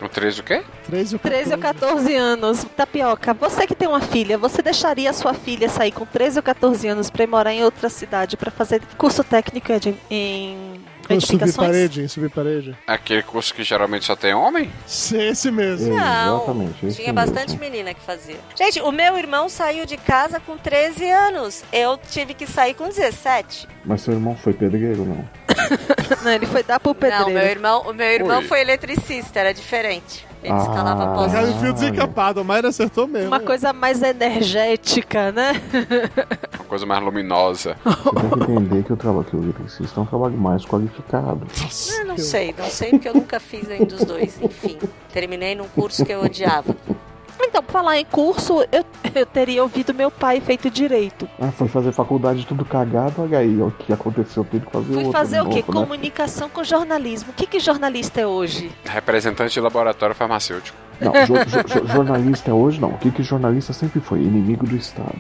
[SPEAKER 2] O 13 o quê?
[SPEAKER 1] 13 ou
[SPEAKER 4] 13 ou 14 anos. Tapioca, você que tem uma filha, você deixaria a sua filha sair com 13 ou 14 anos pra ir morar em outra cidade pra fazer curso técnico em- em
[SPEAKER 1] Eu subir
[SPEAKER 4] edificações?
[SPEAKER 1] parede, subir parede.
[SPEAKER 2] Aquele curso que geralmente só tem homem?
[SPEAKER 1] Sim, esse mesmo.
[SPEAKER 18] Não,
[SPEAKER 3] é Exatamente, esse
[SPEAKER 18] tinha
[SPEAKER 3] mesmo.
[SPEAKER 18] bastante menina que fazia. Gente, o meu irmão saiu de casa com 13 anos. Eu tive que sair com 17.
[SPEAKER 3] Mas seu irmão foi pedreiro, né? não?
[SPEAKER 4] Não, ele foi dar pro pedreiro.
[SPEAKER 18] Não, meu irmão, o meu irmão
[SPEAKER 3] Ui.
[SPEAKER 18] foi eletricista, era diferente. Ele
[SPEAKER 3] Ah.
[SPEAKER 18] escalava postes.
[SPEAKER 1] Cara, o um fio desencapado, a Mayra acertou mesmo.
[SPEAKER 4] Uma coisa mais energética, né?
[SPEAKER 2] Uma coisa mais luminosa.
[SPEAKER 3] Você tem que entender que o trabalho que o eletricista é um trabalho mais qualificado.
[SPEAKER 18] Eu Ah, não sei, não sei porque eu nunca fiz nenhum dos dois. Enfim, terminei num curso que eu odiava.
[SPEAKER 4] Então, pra falar em curso, eu, eu teria ouvido meu pai feito direito.
[SPEAKER 3] Ah, foi fazer faculdade tudo cagado, olha aí ó, o que aconteceu, teve que fazer
[SPEAKER 4] Fui
[SPEAKER 3] outra
[SPEAKER 4] fazer
[SPEAKER 3] de
[SPEAKER 4] o quê?
[SPEAKER 3] novo, né?
[SPEAKER 4] Comunicação com jornalismo. O que, que jornalista é hoje?
[SPEAKER 2] Representante de laboratório farmacêutico.
[SPEAKER 3] Não, jo- jo- jo- jornalista hoje não. O que, que jornalista sempre foi? Inimigo do Estado.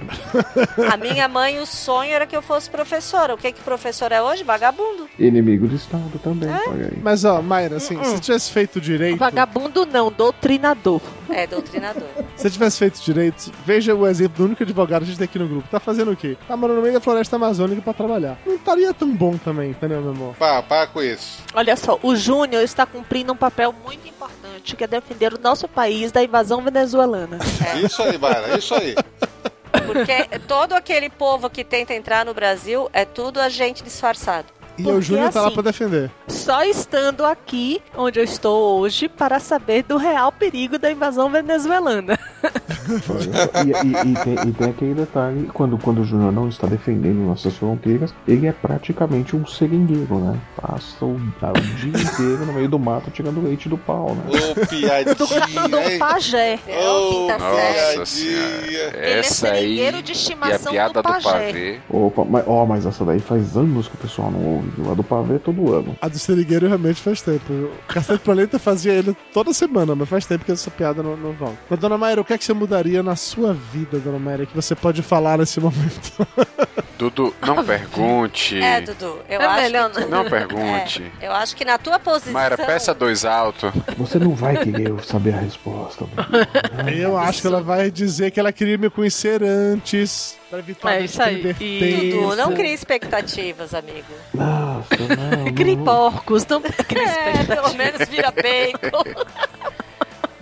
[SPEAKER 18] A minha mãe, o sonho era que eu fosse professora. O que que professor é hoje? Vagabundo.
[SPEAKER 3] Inimigo do Estado também. olha aí.
[SPEAKER 1] Mas, ó, Mayra,
[SPEAKER 4] Hum,
[SPEAKER 1] assim, se tivesse feito direito.
[SPEAKER 4] Vagabundo não, doutrinador.
[SPEAKER 18] É, doutrinador.
[SPEAKER 1] Se tivesse feito direito, veja o exemplo do único advogado que a gente tem aqui no grupo. Tá fazendo o quê? Tá morando no meio da floresta amazônica pra trabalhar. Não estaria tão bom também, entendeu, meu amor?
[SPEAKER 5] Pá, pá com isso.
[SPEAKER 4] Olha só, o Júnior está cumprindo um papel muito importante, que é defender o nosso país da invasão venezuelana.
[SPEAKER 5] Isso aí, Mara, isso aí.
[SPEAKER 18] Porque todo aquele povo que tenta entrar no Brasil é tudo agente disfarçado.
[SPEAKER 1] E
[SPEAKER 18] Porque
[SPEAKER 1] o Júnior tá lá
[SPEAKER 4] assim,
[SPEAKER 1] pra defender.
[SPEAKER 4] Só estando aqui, onde eu estou hoje, para saber do real perigo da invasão venezuelana.
[SPEAKER 3] E, e- e tem, e tem aquele detalhe: quando, quando o Júnior não está defendendo nossas fronteiras, ele é praticamente um seringueiro, né? Passa o, a- o dia inteiro no meio do mato tirando leite do pau, né?
[SPEAKER 5] Ô, piadinha.
[SPEAKER 4] Do cartão do Tá um pajé.
[SPEAKER 18] é,
[SPEAKER 2] Oh,
[SPEAKER 5] Ô,
[SPEAKER 4] Quinta
[SPEAKER 18] Então,
[SPEAKER 4] série.
[SPEAKER 5] piadinha.
[SPEAKER 14] Nossa senhora.
[SPEAKER 4] Ele é
[SPEAKER 14] Essa aí.
[SPEAKER 4] seringueiro de
[SPEAKER 2] é
[SPEAKER 14] E a
[SPEAKER 4] estimação
[SPEAKER 14] piada
[SPEAKER 4] do
[SPEAKER 14] do
[SPEAKER 4] pajé.
[SPEAKER 14] pavê.
[SPEAKER 3] Opa, mas, ó, mas essa daí faz anos que o pessoal não ouve, viu? A do pavê é todo ano.
[SPEAKER 1] A do Serigueiro realmente faz tempo. O Castelo Planeta fazia ele toda semana, mas faz tempo que essa piada não, não volta. Mas, dona Mayra, o que é que você mudaria na sua vida, dona Mayra, que você pode falar nesse momento?
[SPEAKER 2] Dudu, não pergunte.
[SPEAKER 18] É, Dudu, eu
[SPEAKER 4] É
[SPEAKER 18] acho.
[SPEAKER 4] melhor
[SPEAKER 18] que tu-
[SPEAKER 2] Não pergunte.
[SPEAKER 18] É, eu acho que na tua posição.
[SPEAKER 2] Mayra, peça dois alto.
[SPEAKER 3] Você não vai querer saber a resposta.
[SPEAKER 1] Eu acho que ela vai dizer que ela queria me conhecer antes. Pra evitar
[SPEAKER 18] É isso aí.
[SPEAKER 1] E-
[SPEAKER 18] Dudu, não cria expectativas, amigo.
[SPEAKER 3] Nossa, não.
[SPEAKER 4] Crie porcos, não crie
[SPEAKER 18] É, pelo menos vira bacon.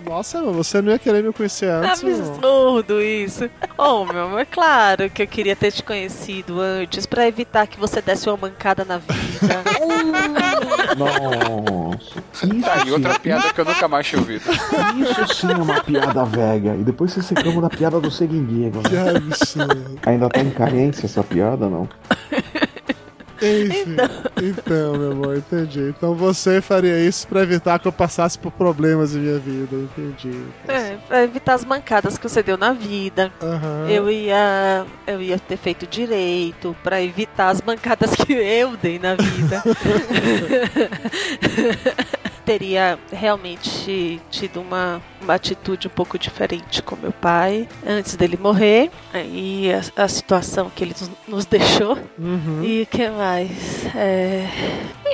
[SPEAKER 1] Nossa, mas você não ia querer me conhecer antes. não.
[SPEAKER 4] Tá Absurdo isso. Oh, meu amor, é claro que eu queria ter te conhecido antes pra evitar que você desse uma mancada na vida.
[SPEAKER 3] Nossa.
[SPEAKER 2] Tá, e outra piada que eu nunca mais tinha ouvido.
[SPEAKER 3] Isso sim é uma piada velha. E depois vocês reclamam da piada do seringueiro. né?
[SPEAKER 1] Que absurdo.
[SPEAKER 3] Ainda tá em carência essa piada, não?
[SPEAKER 1] Enfim, então, meu amor, entendi. Então você faria isso pra evitar que eu passasse por problemas na minha vida, entendi.
[SPEAKER 4] É, pra evitar as mancadas que você deu na vida. Eu ia eu ia ter feito direito pra evitar as mancadas que eu dei na vida. Teria realmente tido uma, uma atitude um pouco diferente com meu pai antes dele morrer. Aí a, a situação que ele nos- nos deixou. E o que mais? É,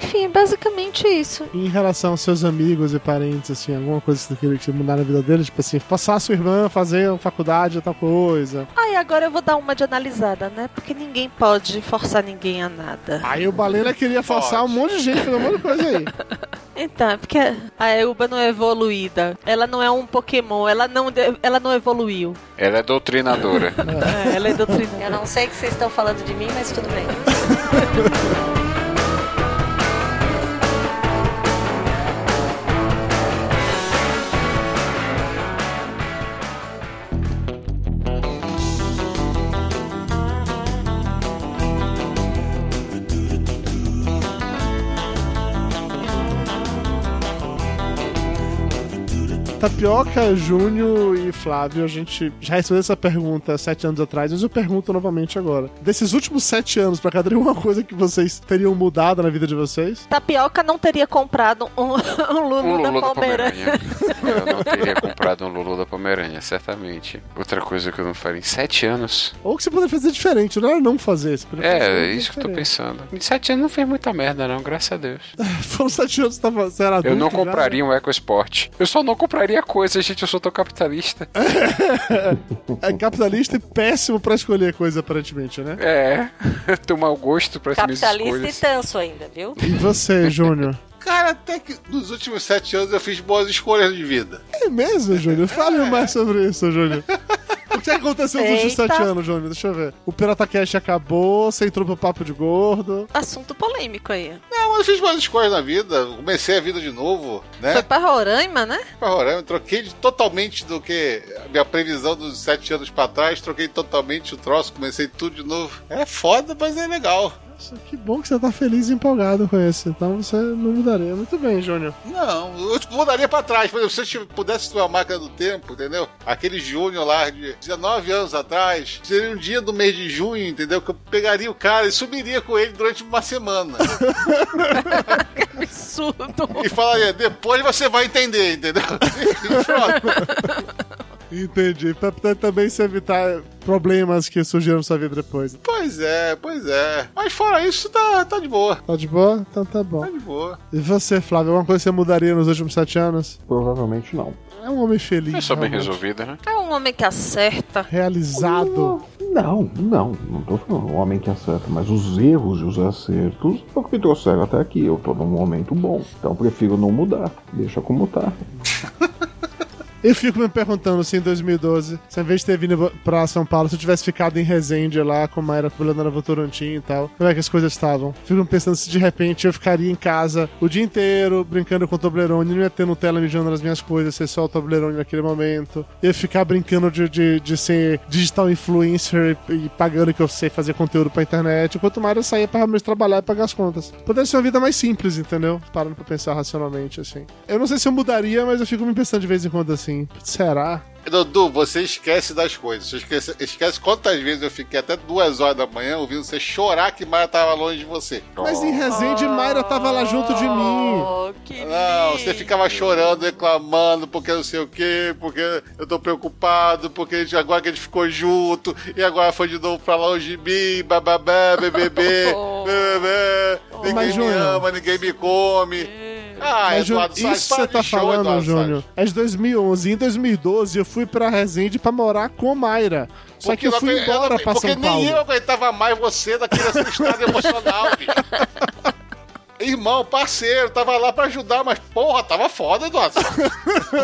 [SPEAKER 4] Enfim, basicamente isso.
[SPEAKER 1] Em relação aos seus amigos e parentes, assim, alguma coisa que você queria que mudar na vida deles, tipo assim, passar a sua irmã fazer faculdade, tal coisa.
[SPEAKER 4] Aí agora eu vou dar uma de analisada, né? Porque ninguém pode forçar ninguém a nada.
[SPEAKER 1] Aí o Baleira queria forçar um monte de gente, fazer um monte de coisa aí.
[SPEAKER 4] Então, é porque a Elba não é evoluída. Ela não é um Pokémon, ela não, de- ela não evoluiu.
[SPEAKER 2] Ela é doutrinadora.
[SPEAKER 4] É, ela é doutrinada.
[SPEAKER 18] Eu não sei o que vocês estão falando de mim, mas tudo bem.
[SPEAKER 1] Tapioca, Júnior e Flávio, a gente já respondeu essa pergunta sete anos atrás, mas eu pergunto novamente agora. Desses últimos sete anos pra cá, teria alguma coisa que vocês teriam mudado na vida de vocês?
[SPEAKER 4] Tapioca não teria comprado um, um Lulu,
[SPEAKER 2] Um
[SPEAKER 4] da
[SPEAKER 2] Lulu da
[SPEAKER 4] Palmeiranha.
[SPEAKER 2] Pomerânia. Eu não teria comprado um Lulu da Pomerânia, certamente. Outra coisa que eu não faria em sete anos.
[SPEAKER 1] Ou que você poderia fazer diferente, não era não fazer. Você poderia fazer
[SPEAKER 2] É,
[SPEAKER 1] diferente.
[SPEAKER 2] isso que eu tô pensando. Em sete anos não fez muita merda, não, graças a Deus.
[SPEAKER 1] Foram sete anos que você tava- você era adulto.
[SPEAKER 2] Eu não
[SPEAKER 1] já, né?
[SPEAKER 2] compraria um EcoSport. Eu só não compraria coisa, gente. Eu sou tão capitalista.
[SPEAKER 1] né? É capitalista e péssimo pra escolher coisa, aparentemente, né?
[SPEAKER 2] É, eu tenho mau gosto pra essas minhas
[SPEAKER 18] Capitalista e
[SPEAKER 2] escolhas.
[SPEAKER 18] tanso ainda, viu?
[SPEAKER 1] E você, Júnior?
[SPEAKER 5] Cara, até que nos últimos sete anos eu fiz boas escolhas de vida.
[SPEAKER 1] É mesmo, Júnior? Fale
[SPEAKER 2] É.
[SPEAKER 1] mais sobre isso, Júnior. O que aconteceu nos últimos
[SPEAKER 4] Eita.
[SPEAKER 1] sete anos, Júnior? Deixa eu ver. O Pirata Cash acabou, você entrou pro papo de gordo.
[SPEAKER 4] Assunto polêmico aí.
[SPEAKER 5] Não, mas eu fiz boas escolhas na vida. Comecei a vida de novo,
[SPEAKER 2] É.
[SPEAKER 5] né?
[SPEAKER 4] Foi pra Roraima, né?
[SPEAKER 5] pra Roraima, troquei de- totalmente do que a minha previsão dos sete anos pra trás, troquei totalmente o troço, comecei tudo de novo. É foda, mas é legal.
[SPEAKER 1] Nossa, que bom que você tá feliz e empolgado com isso. Então você não mudaria. Muito bem, Júnior.
[SPEAKER 5] Não, eu mudaria pra trás. Por exemplo, se eu tive- pudesse ter uma máquina do tempo, entendeu? Aquele Júnior lá de 19 anos atrás, seria um dia do mês de junho, entendeu? Que eu pegaria o cara e subiria com ele durante uma semana.
[SPEAKER 4] Que absurdo.
[SPEAKER 5] e falaria, depois você vai entender, entendeu? E pronto.
[SPEAKER 1] Entendi. Pra, pra também se evitar problemas que surgiram na sua vida depois.
[SPEAKER 5] Pois é, pois é. Mas fora isso, tá, tá de boa.
[SPEAKER 1] Tá de boa? Então tá bom.
[SPEAKER 5] Tá de boa.
[SPEAKER 1] E você, Flávio, alguma coisa que você mudaria nos últimos sete anos?
[SPEAKER 3] Provavelmente não.
[SPEAKER 1] É um homem feliz.
[SPEAKER 2] É só bem
[SPEAKER 1] realmente.
[SPEAKER 2] resolvida, né?
[SPEAKER 4] É um homem que acerta.
[SPEAKER 1] Realizado.
[SPEAKER 3] Não, não, não tô falando um homem que acerta, mas os erros e os acertos é o que me trouxeram até aqui. Eu tô num momento bom, então prefiro não mudar, deixa como tá.
[SPEAKER 1] Eu fico me perguntando se em 2012, se ao invés de ter vindo pra São Paulo, se eu tivesse ficado em Resende lá, como era com a Leonora Votorantim e tal, como é que as coisas estavam? Fico me pensando se de repente eu ficaria em casa o dia inteiro brincando com o Toblerone, não ia ter Nutella mijando nas minhas coisas, ser só o Toblerone naquele momento. Eu ficar brincando de, de, de ser digital influencer e, e pagando que eu sei fazer conteúdo pra internet, enquanto mais eu saía pra realmente trabalhar e pagar as contas. Poderia ser uma vida mais simples, entendeu? Parando pra pensar racionalmente, assim. Eu não sei se eu mudaria, mas eu fico me pensando de vez em quando assim. Será?
[SPEAKER 5] Dudu, você esquece das coisas. Você esquece, esquece quantas vezes eu fiquei até duas horas da manhã ouvindo você chorar que Mara tava longe de você.
[SPEAKER 1] Mas em
[SPEAKER 5] Oh.
[SPEAKER 1] Resende, Mayra tava lá junto de mim.
[SPEAKER 5] Não, você ficava chorando, reclamando, porque não sei o quê, porque eu tô preocupado, porque a gente- agora que a gente ficou junto, e agora foi de novo pra longe de mim, bababá, bebê, ninguém
[SPEAKER 1] Mas,
[SPEAKER 5] me
[SPEAKER 1] Júnior. é.
[SPEAKER 5] ama, ninguém me come. Ah,
[SPEAKER 1] Mas, Júnior,
[SPEAKER 5] Eduardo Salles,
[SPEAKER 1] isso
[SPEAKER 5] para
[SPEAKER 1] você
[SPEAKER 5] de
[SPEAKER 1] tá
[SPEAKER 5] show,
[SPEAKER 1] falando,
[SPEAKER 5] Eduardo
[SPEAKER 1] Júnior, é de 2011. Em 2012, eu fui pra Resende pra morar com Mayra. Só
[SPEAKER 5] Porque
[SPEAKER 1] que eu
[SPEAKER 5] não
[SPEAKER 1] fui
[SPEAKER 5] agu- eu
[SPEAKER 1] embora
[SPEAKER 5] não-
[SPEAKER 1] pra São
[SPEAKER 5] Porque
[SPEAKER 1] Paulo.
[SPEAKER 5] nem eu aguentava mais você daquele seu estado emocional, bicho. Irmão, parceiro, tava lá pra ajudar, mas porra, tava foda, Eduardo.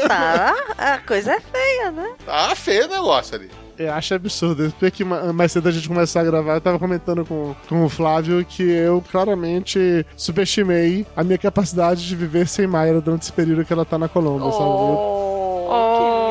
[SPEAKER 4] Tá, a coisa é feia, né?
[SPEAKER 5] Tá feio o negócio ali.
[SPEAKER 1] Eu acho absurdo. Porque que ma- mais cedo a gente começar a gravar, eu tava comentando com, com o Flávio que eu claramente subestimei a minha capacidade de viver sem Mayra durante esse período que ela tá na Colômbia,
[SPEAKER 18] Oh,
[SPEAKER 1] sabe?
[SPEAKER 4] É.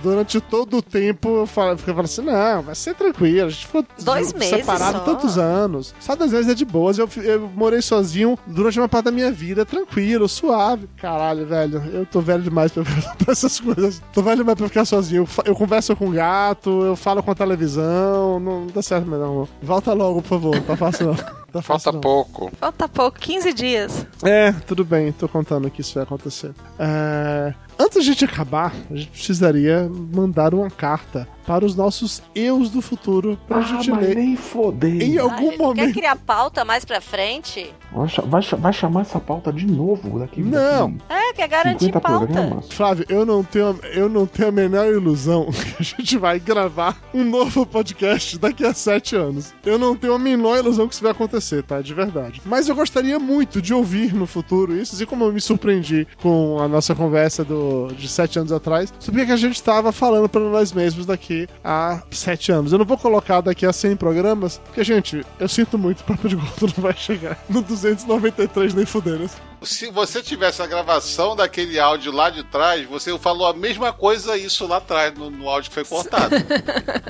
[SPEAKER 1] Durante todo o tempo eu falo- eu ficava assim: não, vai ser tranquilo. A gente ficou
[SPEAKER 4] Dois
[SPEAKER 1] ju-
[SPEAKER 4] meses
[SPEAKER 1] separado
[SPEAKER 4] só.
[SPEAKER 1] tantos anos. Só dois meses é de boas. Eu, fi- eu morei sozinho durante uma parte da minha vida, tranquilo, suave. Caralho, velho, eu tô velho demais pra, pra essas coisas. Tô velho demais pra ficar sozinho. Eu, fa- eu converso com o gato, eu falo com a televisão. Não, não dá certo, meu amor. Volta logo, por favor. Tá fácil não. Tá fácil, não.
[SPEAKER 2] pouco.
[SPEAKER 4] Falta pouco, 15 dias.
[SPEAKER 1] É, tudo bem, tô contando que isso vai acontecer. É, Antes de a gente acabar, a gente precisaria mandar uma carta para os nossos eus do futuro pra
[SPEAKER 3] Ah,
[SPEAKER 1] gente
[SPEAKER 3] mas
[SPEAKER 1] ler.
[SPEAKER 3] nem foder.
[SPEAKER 1] Em algum
[SPEAKER 18] Quer
[SPEAKER 1] momento.
[SPEAKER 18] criar pauta mais pra frente?
[SPEAKER 3] Vai, cha- vai cha- vai chamar essa pauta de novo daqui.
[SPEAKER 1] Não!
[SPEAKER 18] É, quer garantir pauta.
[SPEAKER 1] Flávio, eu não, tenho, eu não tenho a menor ilusão que a gente vai gravar um novo podcast daqui a sete anos. Eu não tenho a menor ilusão que isso vai acontecer, tá? De verdade. Mas eu gostaria muito de ouvir no futuro isso, assim como eu me surpreendi com a nossa conversa do, de sete anos atrás, sobre o que a gente estava falando para nós mesmos daqui a sete anos. Eu não vou colocar daqui a 100 programas, porque, gente, eu sinto muito, o Papo de Gordo não vai chegar no 293 nem fudendo.
[SPEAKER 5] Se você tivesse a gravação daquele áudio lá de trás, você falou a mesma coisa isso lá atrás, no, no áudio que foi cortado.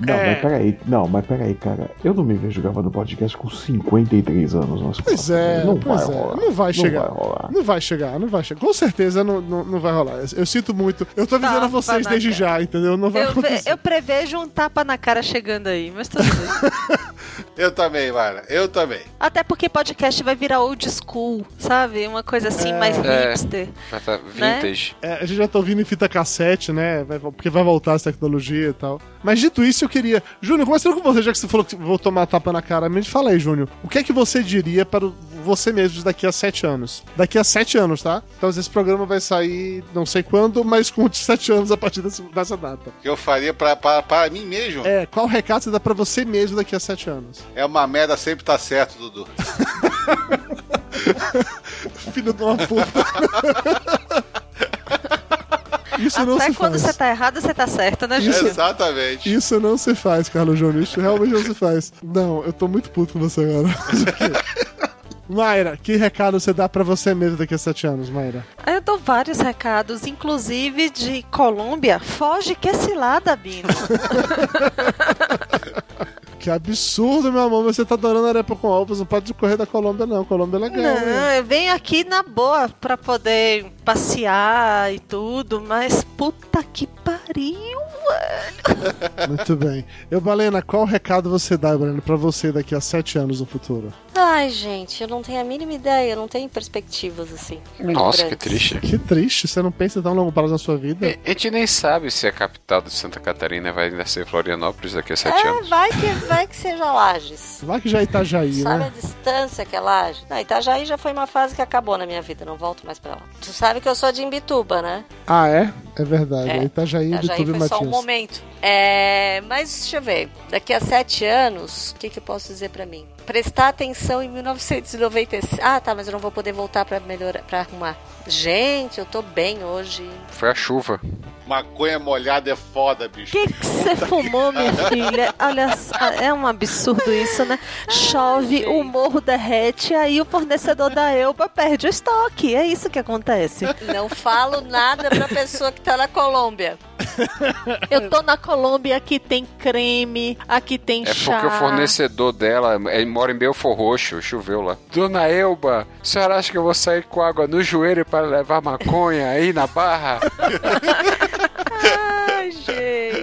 [SPEAKER 3] Não, mas peraí, não, mas peraí, cara. Eu não me vejo gravando podcast com 53 anos. Mas
[SPEAKER 1] Pois é,
[SPEAKER 3] não
[SPEAKER 1] pois
[SPEAKER 3] vai
[SPEAKER 1] é.
[SPEAKER 3] rolar.
[SPEAKER 1] Não vai chegar.
[SPEAKER 3] vai rolar.
[SPEAKER 1] Não vai chegar, não vai chegar. Com certeza não, não, não vai rolar. Eu sinto muito. Eu tô avisando
[SPEAKER 4] Tapa
[SPEAKER 1] a vocês
[SPEAKER 4] na
[SPEAKER 1] desde já, entendeu? Não vai
[SPEAKER 4] Tá, Eu, ve-
[SPEAKER 1] acontecer.
[SPEAKER 4] eu prevejo um tapa na cara chegando aí, mas tudo bem.
[SPEAKER 5] eu também, Mara, eu também.
[SPEAKER 4] Até porque podcast vai virar old school, sabe? Uma coisa assim mais
[SPEAKER 2] É.
[SPEAKER 4] hipster.
[SPEAKER 2] Vai tá
[SPEAKER 4] Né?
[SPEAKER 2] vintage.
[SPEAKER 1] É, a gente já tá ouvindo em fita cassete, né? Vai- porque vai voltar essa tecnologia e tal. Mas dito isso, eu queria. Júnior, começando com você, já que você falou que vou tomar tapa na cara, me fala aí, Júnior. O que é que você diria para o- você mesmo daqui a sete anos? Daqui a sete anos, tá? Então esse programa vai sair não sei quando, mas com sete anos a partir desse- dessa data.
[SPEAKER 5] O que eu faria pra, pra, pra mim mesmo
[SPEAKER 1] É, qual recado você dá pra você mesmo daqui a sete anos?
[SPEAKER 5] é uma merda sempre tá certo, Dudu.
[SPEAKER 1] Filho de uma puta. Isso não
[SPEAKER 4] Até
[SPEAKER 1] se
[SPEAKER 4] quando
[SPEAKER 1] faz.
[SPEAKER 4] você tá errado, você tá certo, né,
[SPEAKER 1] Isso-
[SPEAKER 4] Júlio?
[SPEAKER 5] Exatamente.
[SPEAKER 1] Isso não se faz, Carlos Júnior. Isso realmente não se faz. Não, eu tô muito puto com você agora. Mas ok. Mayra, que recado você dá pra você mesmo daqui a sete anos, Mayra?
[SPEAKER 4] Aí Eu dou vários recados, inclusive de Colômbia. Foge que é cilada, Bino.
[SPEAKER 1] Que absurdo, meu amor. Você tá adorando a arepa com ovos. Não pode correr da Colômbia, não. Colômbia é legal.
[SPEAKER 4] Não, eu venho aqui na boa pra poder passear e tudo, mas puta que pariu, velho.
[SPEAKER 1] Muito bem. Eu, Balena, qual recado você dá, Balena, pra você daqui a sete anos no futuro?
[SPEAKER 18] Ai, gente, eu não tenho a mínima ideia, eu não tenho perspectivas assim.
[SPEAKER 2] Nossa, que
[SPEAKER 18] grandes.
[SPEAKER 2] triste.
[SPEAKER 1] Que triste. Você não pensa em dar um longo prazo na sua vida?
[SPEAKER 2] A gente nem sabe se a capital de Santa Catarina vai ainda ser Florianópolis daqui a sete
[SPEAKER 18] É,
[SPEAKER 2] anos.
[SPEAKER 18] vai que, vai que seja Lages.
[SPEAKER 1] Vai que já é Itajaí,
[SPEAKER 18] Sabe a
[SPEAKER 1] né?
[SPEAKER 18] distância que é Lages? Não, Itajaí já foi uma fase que acabou na minha vida, não volto mais pra lá. Tu sabe que eu sou de Imbituba, né?
[SPEAKER 1] Ah, é? É verdade. É.
[SPEAKER 18] É.
[SPEAKER 1] Itajaí,
[SPEAKER 18] Itajaí
[SPEAKER 1] Bituba e
[SPEAKER 18] foi só um
[SPEAKER 1] Matias.
[SPEAKER 18] momento. É, mas deixa eu ver. Daqui a sete anos, o que, que eu posso dizer pra mim? Prestar atenção em 1996. Ah, tá, mas eu não vou poder voltar pra melhorar, para arrumar. Gente, eu tô bem hoje.
[SPEAKER 2] Foi a chuva.
[SPEAKER 5] Maconha molhada é foda, bicho.
[SPEAKER 4] O que que você fumou, minha filha? Olha, só, é um absurdo isso, né? Chove, o morro derrete, aí o fornecedor da Elba perde o estoque. É isso que acontece.
[SPEAKER 18] Não falo nada pra pessoa que tá na Colômbia.
[SPEAKER 4] Eu tô na Colômbia, aqui tem creme, aqui tem
[SPEAKER 2] É
[SPEAKER 4] chá.
[SPEAKER 2] porque o fornecedor dela é, mora em Belfor Roxo, choveu lá. Dona Elba, a senhora acha que eu vou sair com água no joelho para levar maconha aí na barra?
[SPEAKER 18] Ai, gente.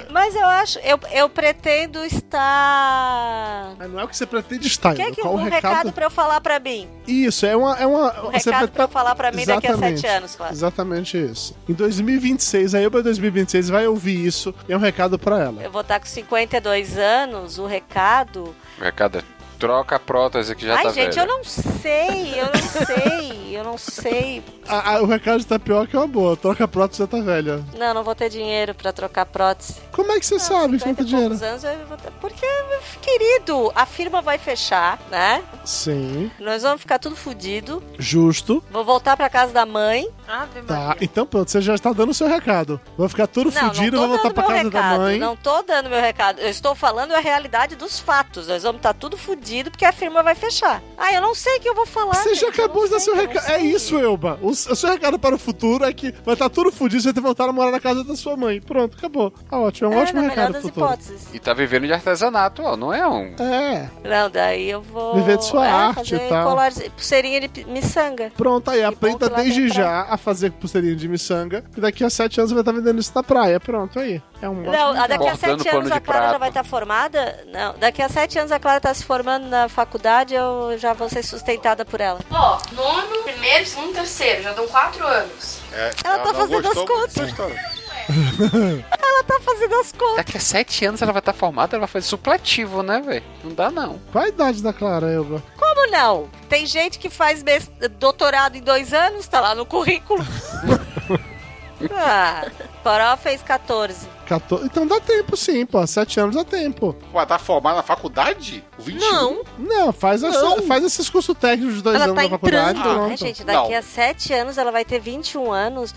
[SPEAKER 18] Mas eu acho, eu, eu pretendo estar.
[SPEAKER 1] Não é o que você pretende estar.
[SPEAKER 18] Quer que
[SPEAKER 1] Qual o
[SPEAKER 18] um recado,
[SPEAKER 1] recado?
[SPEAKER 18] pra eu falar pra mim?
[SPEAKER 1] Isso, é uma. É uma
[SPEAKER 18] Um recado pra eu falar pra mim daqui a
[SPEAKER 1] Exatamente.
[SPEAKER 18] sete anos, claro.
[SPEAKER 1] Exatamente isso. Em 2026, a Elba 2026 vai ouvir isso e é um recado pra ela.
[SPEAKER 18] Eu vou estar com 52 anos, o recado.
[SPEAKER 2] Mercado, É troca a prótese que já
[SPEAKER 18] Ai,
[SPEAKER 2] tá
[SPEAKER 18] gente,
[SPEAKER 2] velha.
[SPEAKER 18] eu não sei, eu não sei, eu não sei.
[SPEAKER 1] A- a- o recado de tapioca é uma boa. Troca a prótese já tá velha.
[SPEAKER 18] Não, não vou ter dinheiro pra trocar prótese.
[SPEAKER 1] Como é que
[SPEAKER 18] Ah,
[SPEAKER 1] você sabe que não tem dinheiro?
[SPEAKER 18] Os anos eu vou ter... Porque, querido, a firma vai fechar, né?
[SPEAKER 1] Sim.
[SPEAKER 18] Nós vamos ficar tudo fudido.
[SPEAKER 1] Justo.
[SPEAKER 18] Vou voltar pra casa da mãe.
[SPEAKER 1] Tá, então pronto, você já está dando o seu recado. Vou ficar todo fudido, vou voltar pra
[SPEAKER 18] meu
[SPEAKER 1] casa
[SPEAKER 18] recado,
[SPEAKER 1] da mãe.
[SPEAKER 18] Não tô dando meu recado. Eu estou falando a realidade dos fatos. Nós vamos estar tudo fudido porque a firma vai fechar. Ah, eu não sei o que eu vou falar.
[SPEAKER 1] Você já acabou de dar seu recado. É isso, Elba. O, s- o seu recado para o futuro é que vai estar tudo fudido, você vai ter que voltar a morar na casa da sua mãe. Pronto, acabou. Tá ótimo, é um
[SPEAKER 18] É,
[SPEAKER 1] ótimo
[SPEAKER 18] na melhor
[SPEAKER 1] recado pro
[SPEAKER 18] das
[SPEAKER 1] futuro.
[SPEAKER 18] hipóteses.
[SPEAKER 2] E tá vivendo de artesanato, ó, não é um.
[SPEAKER 1] É.
[SPEAKER 18] Não, daí eu vou.
[SPEAKER 1] Viver de sua
[SPEAKER 18] é,
[SPEAKER 1] arte
[SPEAKER 18] fazer
[SPEAKER 1] e tal.
[SPEAKER 18] colar- pulseirinha de pi- miçanga.
[SPEAKER 1] Pronto, aí aprenda
[SPEAKER 18] lá tá.
[SPEAKER 1] desde
[SPEAKER 18] tem praia.
[SPEAKER 1] já a fazer pulseirinha de miçanga. E daqui a sete anos vai estar vendendo isso na praia. Pronto, aí. É um ótimo
[SPEAKER 18] Não, a-
[SPEAKER 1] recado.
[SPEAKER 18] daqui a sete anos a Clara já vai estar formada? Não, daqui a sete anos a Clara tá se formando na faculdade, eu já vou ser sustentada por ela.
[SPEAKER 19] Ó, nono, primeiro, segundo, terceiro. Já dão quatro anos.
[SPEAKER 5] É,
[SPEAKER 18] Ela tá fazendo as contas. Ela tá fazendo as contas.
[SPEAKER 2] Daqui a sete anos ela vai estar formada, ela vai fazer supletivo, né, velho? Não dá, não.
[SPEAKER 1] Qual a idade da Clara, Elba?
[SPEAKER 18] Como não? Tem gente que faz mes- doutorado em dois anos, tá lá no currículo. ah, Poró fez 14.
[SPEAKER 1] 14. Então dá tempo sim, pô. Sete anos dá tempo.
[SPEAKER 5] Ué, tá formada na faculdade? O 21?
[SPEAKER 1] Não, faz, essa-
[SPEAKER 5] Não.
[SPEAKER 1] faz esses cursos técnicos de dois
[SPEAKER 5] Ela
[SPEAKER 1] anos
[SPEAKER 5] tá
[SPEAKER 1] na faculdade.
[SPEAKER 5] entrando.
[SPEAKER 1] pronto.
[SPEAKER 18] Ai, É, gente, daqui a sete anos ela vai ter 21 anos.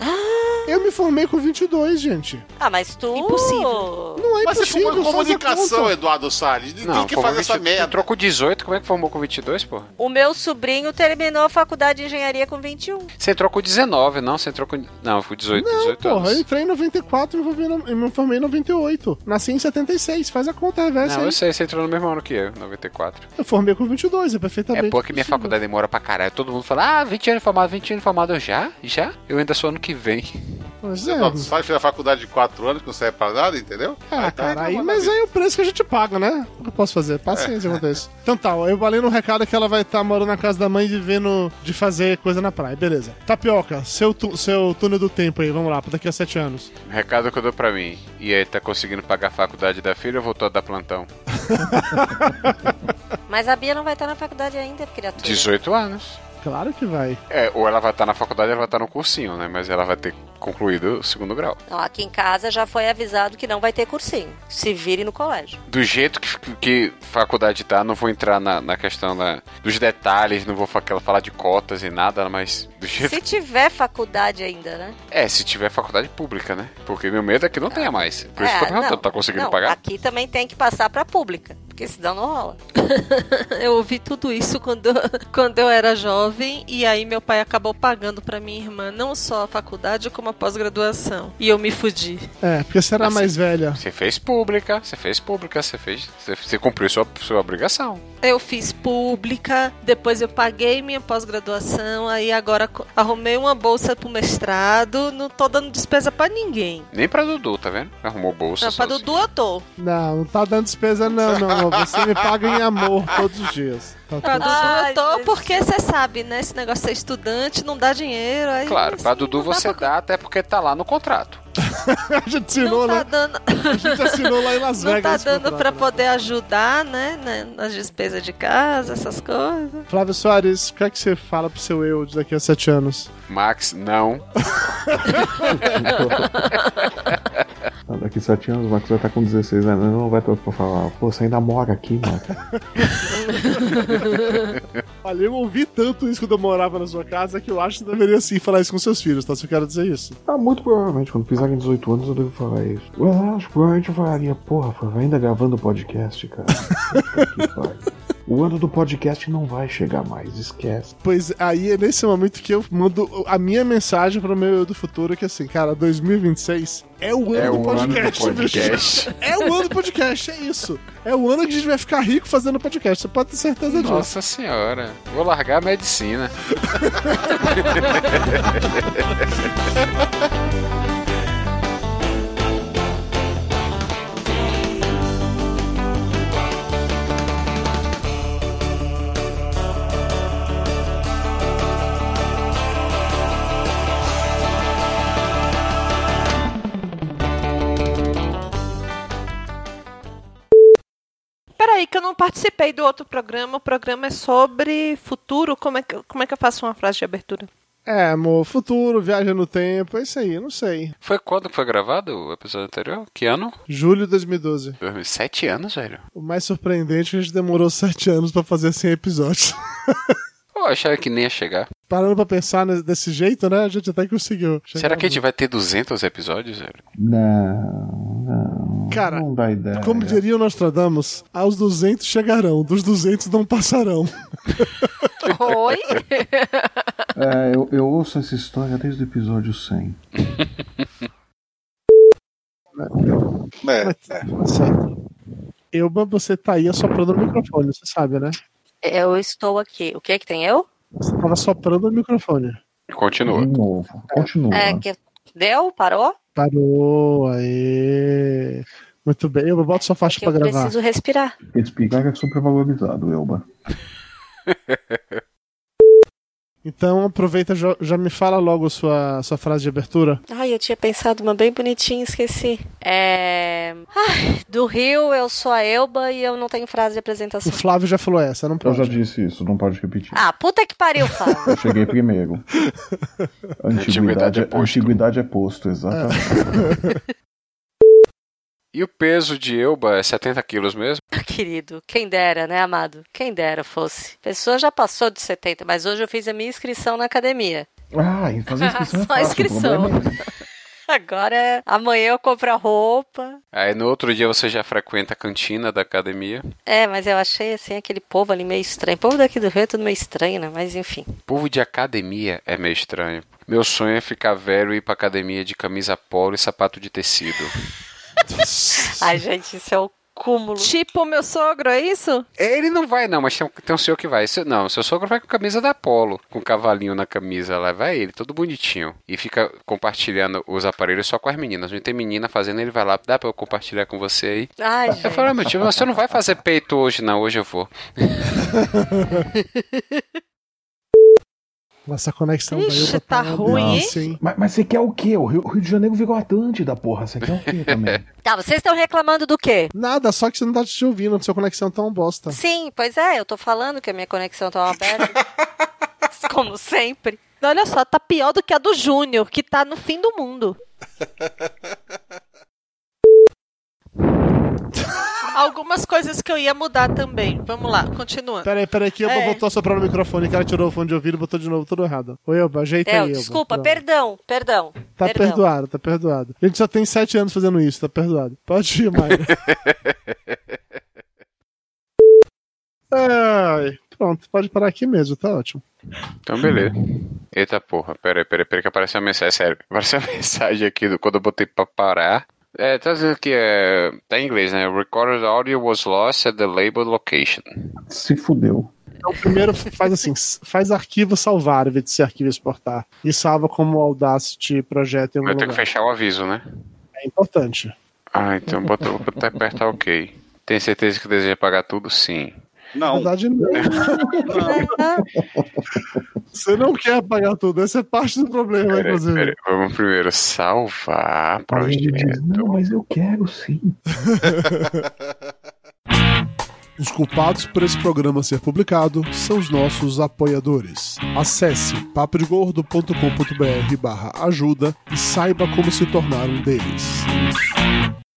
[SPEAKER 1] Eu me formei com 22, gente.
[SPEAKER 18] Ah, mas tu. Impossível.
[SPEAKER 1] Não é
[SPEAKER 5] Mas você
[SPEAKER 1] impossível.
[SPEAKER 5] formou em
[SPEAKER 1] faz a
[SPEAKER 5] comunicação,
[SPEAKER 1] conta.
[SPEAKER 5] Eduardo Salles. Ninguém
[SPEAKER 2] Não,
[SPEAKER 5] que
[SPEAKER 2] formou
[SPEAKER 5] faz essa
[SPEAKER 2] 20
[SPEAKER 5] merda.
[SPEAKER 2] Trocou 18, como é que formou com 22, porra?
[SPEAKER 18] O meu sobrinho terminou a faculdade de engenharia com 21.
[SPEAKER 2] Você entrou com 19, não? Você entrou com. Não, com 18,
[SPEAKER 1] Não,
[SPEAKER 2] 18
[SPEAKER 1] porra, eu
[SPEAKER 2] anos.
[SPEAKER 1] entrei em 94 e me formei no- e me formei em 98. Nasci em 76, faz a conta reversa
[SPEAKER 2] Não,
[SPEAKER 1] aí.
[SPEAKER 2] eu sei, você entrou no mesmo ano que eu, 94.
[SPEAKER 1] Eu formei com 22, é perfeitamente.
[SPEAKER 2] É porque minha faculdade demora pra caralho. Todo mundo fala, ah, 20 anos formado, 20 anos formado. Eu já? Já? Eu ainda sou ano que vem.
[SPEAKER 1] Mas é.
[SPEAKER 5] Eduardo Salles fez a faculdade de 4 anos que não serve pra nada, entendeu? tá
[SPEAKER 1] Ah, cara, aí, mas aí é o preço que a gente paga, né? O que eu posso fazer? Paciência, acontece. Então tá, ó, eu valendo um recado que ela vai estar morando na casa da mãe e vivendo de fazer coisa na praia, beleza. Tapioca, seu, tu- seu túnel do tempo aí, vamos lá, pra daqui a sete anos.
[SPEAKER 2] Um Recado que eu dou pra mim. E aí, tá conseguindo pagar a faculdade da filha ou voltou a dar plantão?
[SPEAKER 18] Mas a Bia não vai estar na faculdade ainda, criatura.
[SPEAKER 2] 18 anos.
[SPEAKER 1] Claro que vai.
[SPEAKER 2] É, ou ela vai estar na faculdade, ela vai estar no cursinho, né? Mas ela vai ter concluído o segundo grau.
[SPEAKER 18] Não, aqui em casa já foi avisado que não vai ter cursinho. Se vire no colégio.
[SPEAKER 2] Do jeito que, que faculdade tá, não vou entrar na, na questão da- dos detalhes, não vou fa- falar de cotas e nada, mas do jeito
[SPEAKER 18] Se tiver faculdade ainda, né?
[SPEAKER 2] É, se tiver faculdade pública, né? Porque meu medo é que não tenha mais. Por isso que eu tô
[SPEAKER 18] não,
[SPEAKER 2] perguntando, tá conseguindo
[SPEAKER 18] não,
[SPEAKER 2] pagar?
[SPEAKER 18] Aqui também tem que passar pra pública. Porque porque senão não rola. eu ouvi tudo isso quando, quando eu era jovem e aí meu pai acabou pagando pra minha irmã não só a faculdade como a pós-graduação. E eu me fudi.
[SPEAKER 1] É, porque você era
[SPEAKER 2] Assim.
[SPEAKER 1] mais velha.
[SPEAKER 2] Você fez pública, você fez pública, você fez. Você, você cumpriu sua, sua obrigação.
[SPEAKER 18] Eu fiz pública, depois eu paguei minha pós-graduação, aí agora co- arrumei uma bolsa pro mestrado, não tô dando despesa pra ninguém.
[SPEAKER 2] Nem pra Dudu, tá vendo? Arrumou bolsa.
[SPEAKER 18] Não, pra
[SPEAKER 2] sozinho.
[SPEAKER 18] Dudu eu tô.
[SPEAKER 1] Não, não tá dando despesa, não, não. Você me paga em amor todos os dias. Tá
[SPEAKER 18] Pra
[SPEAKER 1] tudo-
[SPEAKER 18] Dudu eu tô porque você sabe, né? Esse negócio de ser estudante não dá dinheiro. Aí
[SPEAKER 2] Claro, pra Dudu você dá até porque tá lá no contrato.
[SPEAKER 1] A gente assinou,
[SPEAKER 18] não
[SPEAKER 1] né?
[SPEAKER 18] tá dando...
[SPEAKER 1] A gente assinou lá em Las
[SPEAKER 18] não
[SPEAKER 1] Vegas.
[SPEAKER 18] tá
[SPEAKER 1] esse
[SPEAKER 18] dando
[SPEAKER 1] contrato,
[SPEAKER 18] pra
[SPEAKER 1] né?
[SPEAKER 18] poder ajudar, né? né, Nas despesas de casa, essas coisas.
[SPEAKER 1] Flávio Soares, o que é que você fala pro seu eu de daqui a sete anos?
[SPEAKER 2] Max, não.
[SPEAKER 3] Ah, Daqui sete anos o Max vai estar com 16 anos, não vai pra pra falar, pô, você ainda mora aqui, Max.
[SPEAKER 1] Olha, eu ouvi tanto isso quando eu morava na sua casa que eu acho que você deveria sim falar isso com seus filhos, tá? Se eu quero dizer isso.
[SPEAKER 3] Ah, muito provavelmente, quando pisarem 18 anos eu devo falar isso. Eu acho que provavelmente eu falaria, porra, Flávio, ainda gravando podcast, cara. Puta que pariu. O ano do podcast não vai chegar mais, esquece.
[SPEAKER 1] Pois aí é nesse momento que eu mando a minha mensagem pro meu eu do futuro, que é assim, cara, 2026 é o ano,
[SPEAKER 2] É
[SPEAKER 1] do,
[SPEAKER 2] o ano do
[SPEAKER 1] podcast,
[SPEAKER 2] podcast.
[SPEAKER 1] bicho. É o ano do podcast, é isso. É o ano que a gente vai ficar rico fazendo podcast, você pode ter certeza disso.
[SPEAKER 2] Nossa senhora, vou largar a medicina.
[SPEAKER 4] Peraí, que eu não participei do outro programa. O programa é sobre futuro. Como é que, como é que eu faço uma frase de abertura?
[SPEAKER 1] É, amor, futuro, viaja no tempo, é isso aí, eu não sei.
[SPEAKER 2] Foi quando que foi gravado o episódio anterior? Que ano?
[SPEAKER 1] Julho de 2012.
[SPEAKER 2] 2007 anos, velho.
[SPEAKER 1] O mais surpreendente é que a gente demorou sete anos pra fazer 100 episódios.
[SPEAKER 2] Eu achava que nem ia chegar.
[SPEAKER 1] Parando pra pensar ne- desse jeito, né? A gente até conseguiu.
[SPEAKER 2] Será que é tipo- a
[SPEAKER 1] né?
[SPEAKER 2] gente vai ter 200 episódios, velho?
[SPEAKER 3] Não, não.
[SPEAKER 1] Cara,
[SPEAKER 3] não é, né? dá ideia.
[SPEAKER 1] Como diria o Nostradamus, aos 200 chegarão, dos 200 não passarão.
[SPEAKER 4] Oi?
[SPEAKER 3] É, eu, eu ouço essa história desde o episódio 100.
[SPEAKER 1] É, Certo. Elba, você tá aí assoprando o microfone, você sabe, né?
[SPEAKER 18] Eu estou aqui. O que é que tem eu?
[SPEAKER 1] Você tava assoprando o microfone.
[SPEAKER 2] Continua.
[SPEAKER 3] De novo, continua.
[SPEAKER 18] É,
[SPEAKER 2] Uhum.
[SPEAKER 18] que... Deu? Parou?
[SPEAKER 1] Parou, aê. Muito bem, Elba, bota sua faixa
[SPEAKER 18] É Que
[SPEAKER 1] pra
[SPEAKER 18] eu
[SPEAKER 1] gravar.
[SPEAKER 18] preciso respirar.
[SPEAKER 3] Esse pigar é supervalorizado, Elba.
[SPEAKER 1] Então aproveita, já, já me fala logo a sua, sua frase de abertura.
[SPEAKER 18] Ai, eu tinha pensado uma bem bonitinha, esqueci. É. Ai, do Rio, eu sou a Elba e eu não tenho frase
[SPEAKER 1] O
[SPEAKER 18] de apresentação.
[SPEAKER 1] Flávio já falou essa, não
[SPEAKER 3] Eu
[SPEAKER 1] pode.
[SPEAKER 3] já disse isso, não pode repetir.
[SPEAKER 18] Ah, puta que pariu, Fábio.
[SPEAKER 3] Eu cheguei primeiro.
[SPEAKER 2] Antiguidade é
[SPEAKER 3] Antiguidade, é
[SPEAKER 2] posto.
[SPEAKER 3] posto. Antiguidade é posto, exatamente.
[SPEAKER 2] E o peso de Elba é 70 quilos mesmo?
[SPEAKER 18] Ah, Querido, quem dera, né, amado? Quem dera fosse. A pessoa já passou dos 70, mas hoje eu fiz a minha inscrição na academia.
[SPEAKER 3] Ah, e fazer inscrição é
[SPEAKER 18] Só
[SPEAKER 3] fácil,
[SPEAKER 18] inscrição.
[SPEAKER 3] o problema
[SPEAKER 18] Agora, é- amanhã eu compro a roupa.
[SPEAKER 2] Aí no outro dia você já frequenta a cantina da academia.
[SPEAKER 18] É, mas eu achei, assim, aquele povo ali meio estranho. O povo daqui do Rio é tudo meio estranho, né? Mas enfim.
[SPEAKER 2] Povo de academia é meio estranho. Meu sonho é ficar velho e ir pra academia de camisa polo e sapato de tecido.
[SPEAKER 18] Ai, gente, isso é o cúmulo.
[SPEAKER 4] Tipo, meu sogro, é isso?
[SPEAKER 2] Ele não vai, não, mas tem, um- tem um senhor que vai. Se- não, seu sogro vai com camisa da Polo, com um cavalinho na camisa lá, vai ele, todo bonitinho. E fica compartilhando os aparelhos só com as meninas. Não tem menina fazendo, ele vai lá, dá pra eu compartilhar com você aí?
[SPEAKER 18] Ai,
[SPEAKER 2] Eu falo, "Ah, meu tio, mas você não vai fazer peito hoje, não, hoje eu vou.
[SPEAKER 1] Nossa conexão
[SPEAKER 4] Ixi,
[SPEAKER 1] Elba
[SPEAKER 4] tá ruim,
[SPEAKER 3] Não,
[SPEAKER 4] hein?
[SPEAKER 1] sim.
[SPEAKER 3] Mas, mas você quer o quê? O Rio, o Rio de Janeiro virou Atlântida, porra. Você quer o quê também?
[SPEAKER 18] Tá, vocês estão reclamando do quê?
[SPEAKER 1] Nada, só que você não tá te ouvindo, sua conexão tá uma bosta.
[SPEAKER 18] Sim, pois é, eu tô falando que a minha conexão tá uma merda. Como sempre.
[SPEAKER 4] Olha só, tá pior do que a do Júnior, que tá no fim do mundo. Algumas coisas que eu ia mudar também. Vamos lá, continuando.
[SPEAKER 1] Peraí, peraí, que Elba
[SPEAKER 4] É.
[SPEAKER 1] voltou a soprar no microfone, que ela tirou o fone de ouvido e botou de novo tudo errado. Ô, Elba, ajeita
[SPEAKER 4] É,
[SPEAKER 18] Del,
[SPEAKER 1] aí, Elba.
[SPEAKER 18] É, desculpa,
[SPEAKER 1] Pronto.
[SPEAKER 18] perdão, perdão.
[SPEAKER 1] Tá
[SPEAKER 18] perdão.
[SPEAKER 1] perdoado, tá perdoado. A gente só tem sete anos fazendo isso, tá perdoado. Pode ir, Mayra. Ai, pronto, pode parar aqui mesmo, tá ótimo.
[SPEAKER 2] Então, beleza. Eita porra, peraí, peraí, peraí, que apareceu uma mensagem, sério. Apareceu uma mensagem aqui do quando eu botei pra parar. É, tá dizendo que é. Tá em inglês, né? Recorded audio was lost at the labeled location.
[SPEAKER 3] Se fudeu.
[SPEAKER 1] Então, primeiro faz assim, s- faz arquivo salvar em vez de ser arquivo exportar. E salva como Audacity projeto em algum
[SPEAKER 2] Eu tenho
[SPEAKER 1] lugar.
[SPEAKER 2] que fechar o aviso, né?
[SPEAKER 1] É importante.
[SPEAKER 2] Ah, então bota, vou até apertar OK. Tem certeza que deseja pagar tudo? Sim.
[SPEAKER 1] Na verdade, não. Você não quer apagar tudo, essa é parte do problema,
[SPEAKER 2] Peraí,
[SPEAKER 1] inclusive.
[SPEAKER 2] peraí, Vamos primeiro salvar
[SPEAKER 3] Aí ele diz,
[SPEAKER 2] projeto.
[SPEAKER 3] não, mas eu quero sim.
[SPEAKER 1] Os culpados por esse programa ser publicado são os nossos apoiadores. Acesse papodegordo.com.br barra ajuda e saiba como se tornar um deles.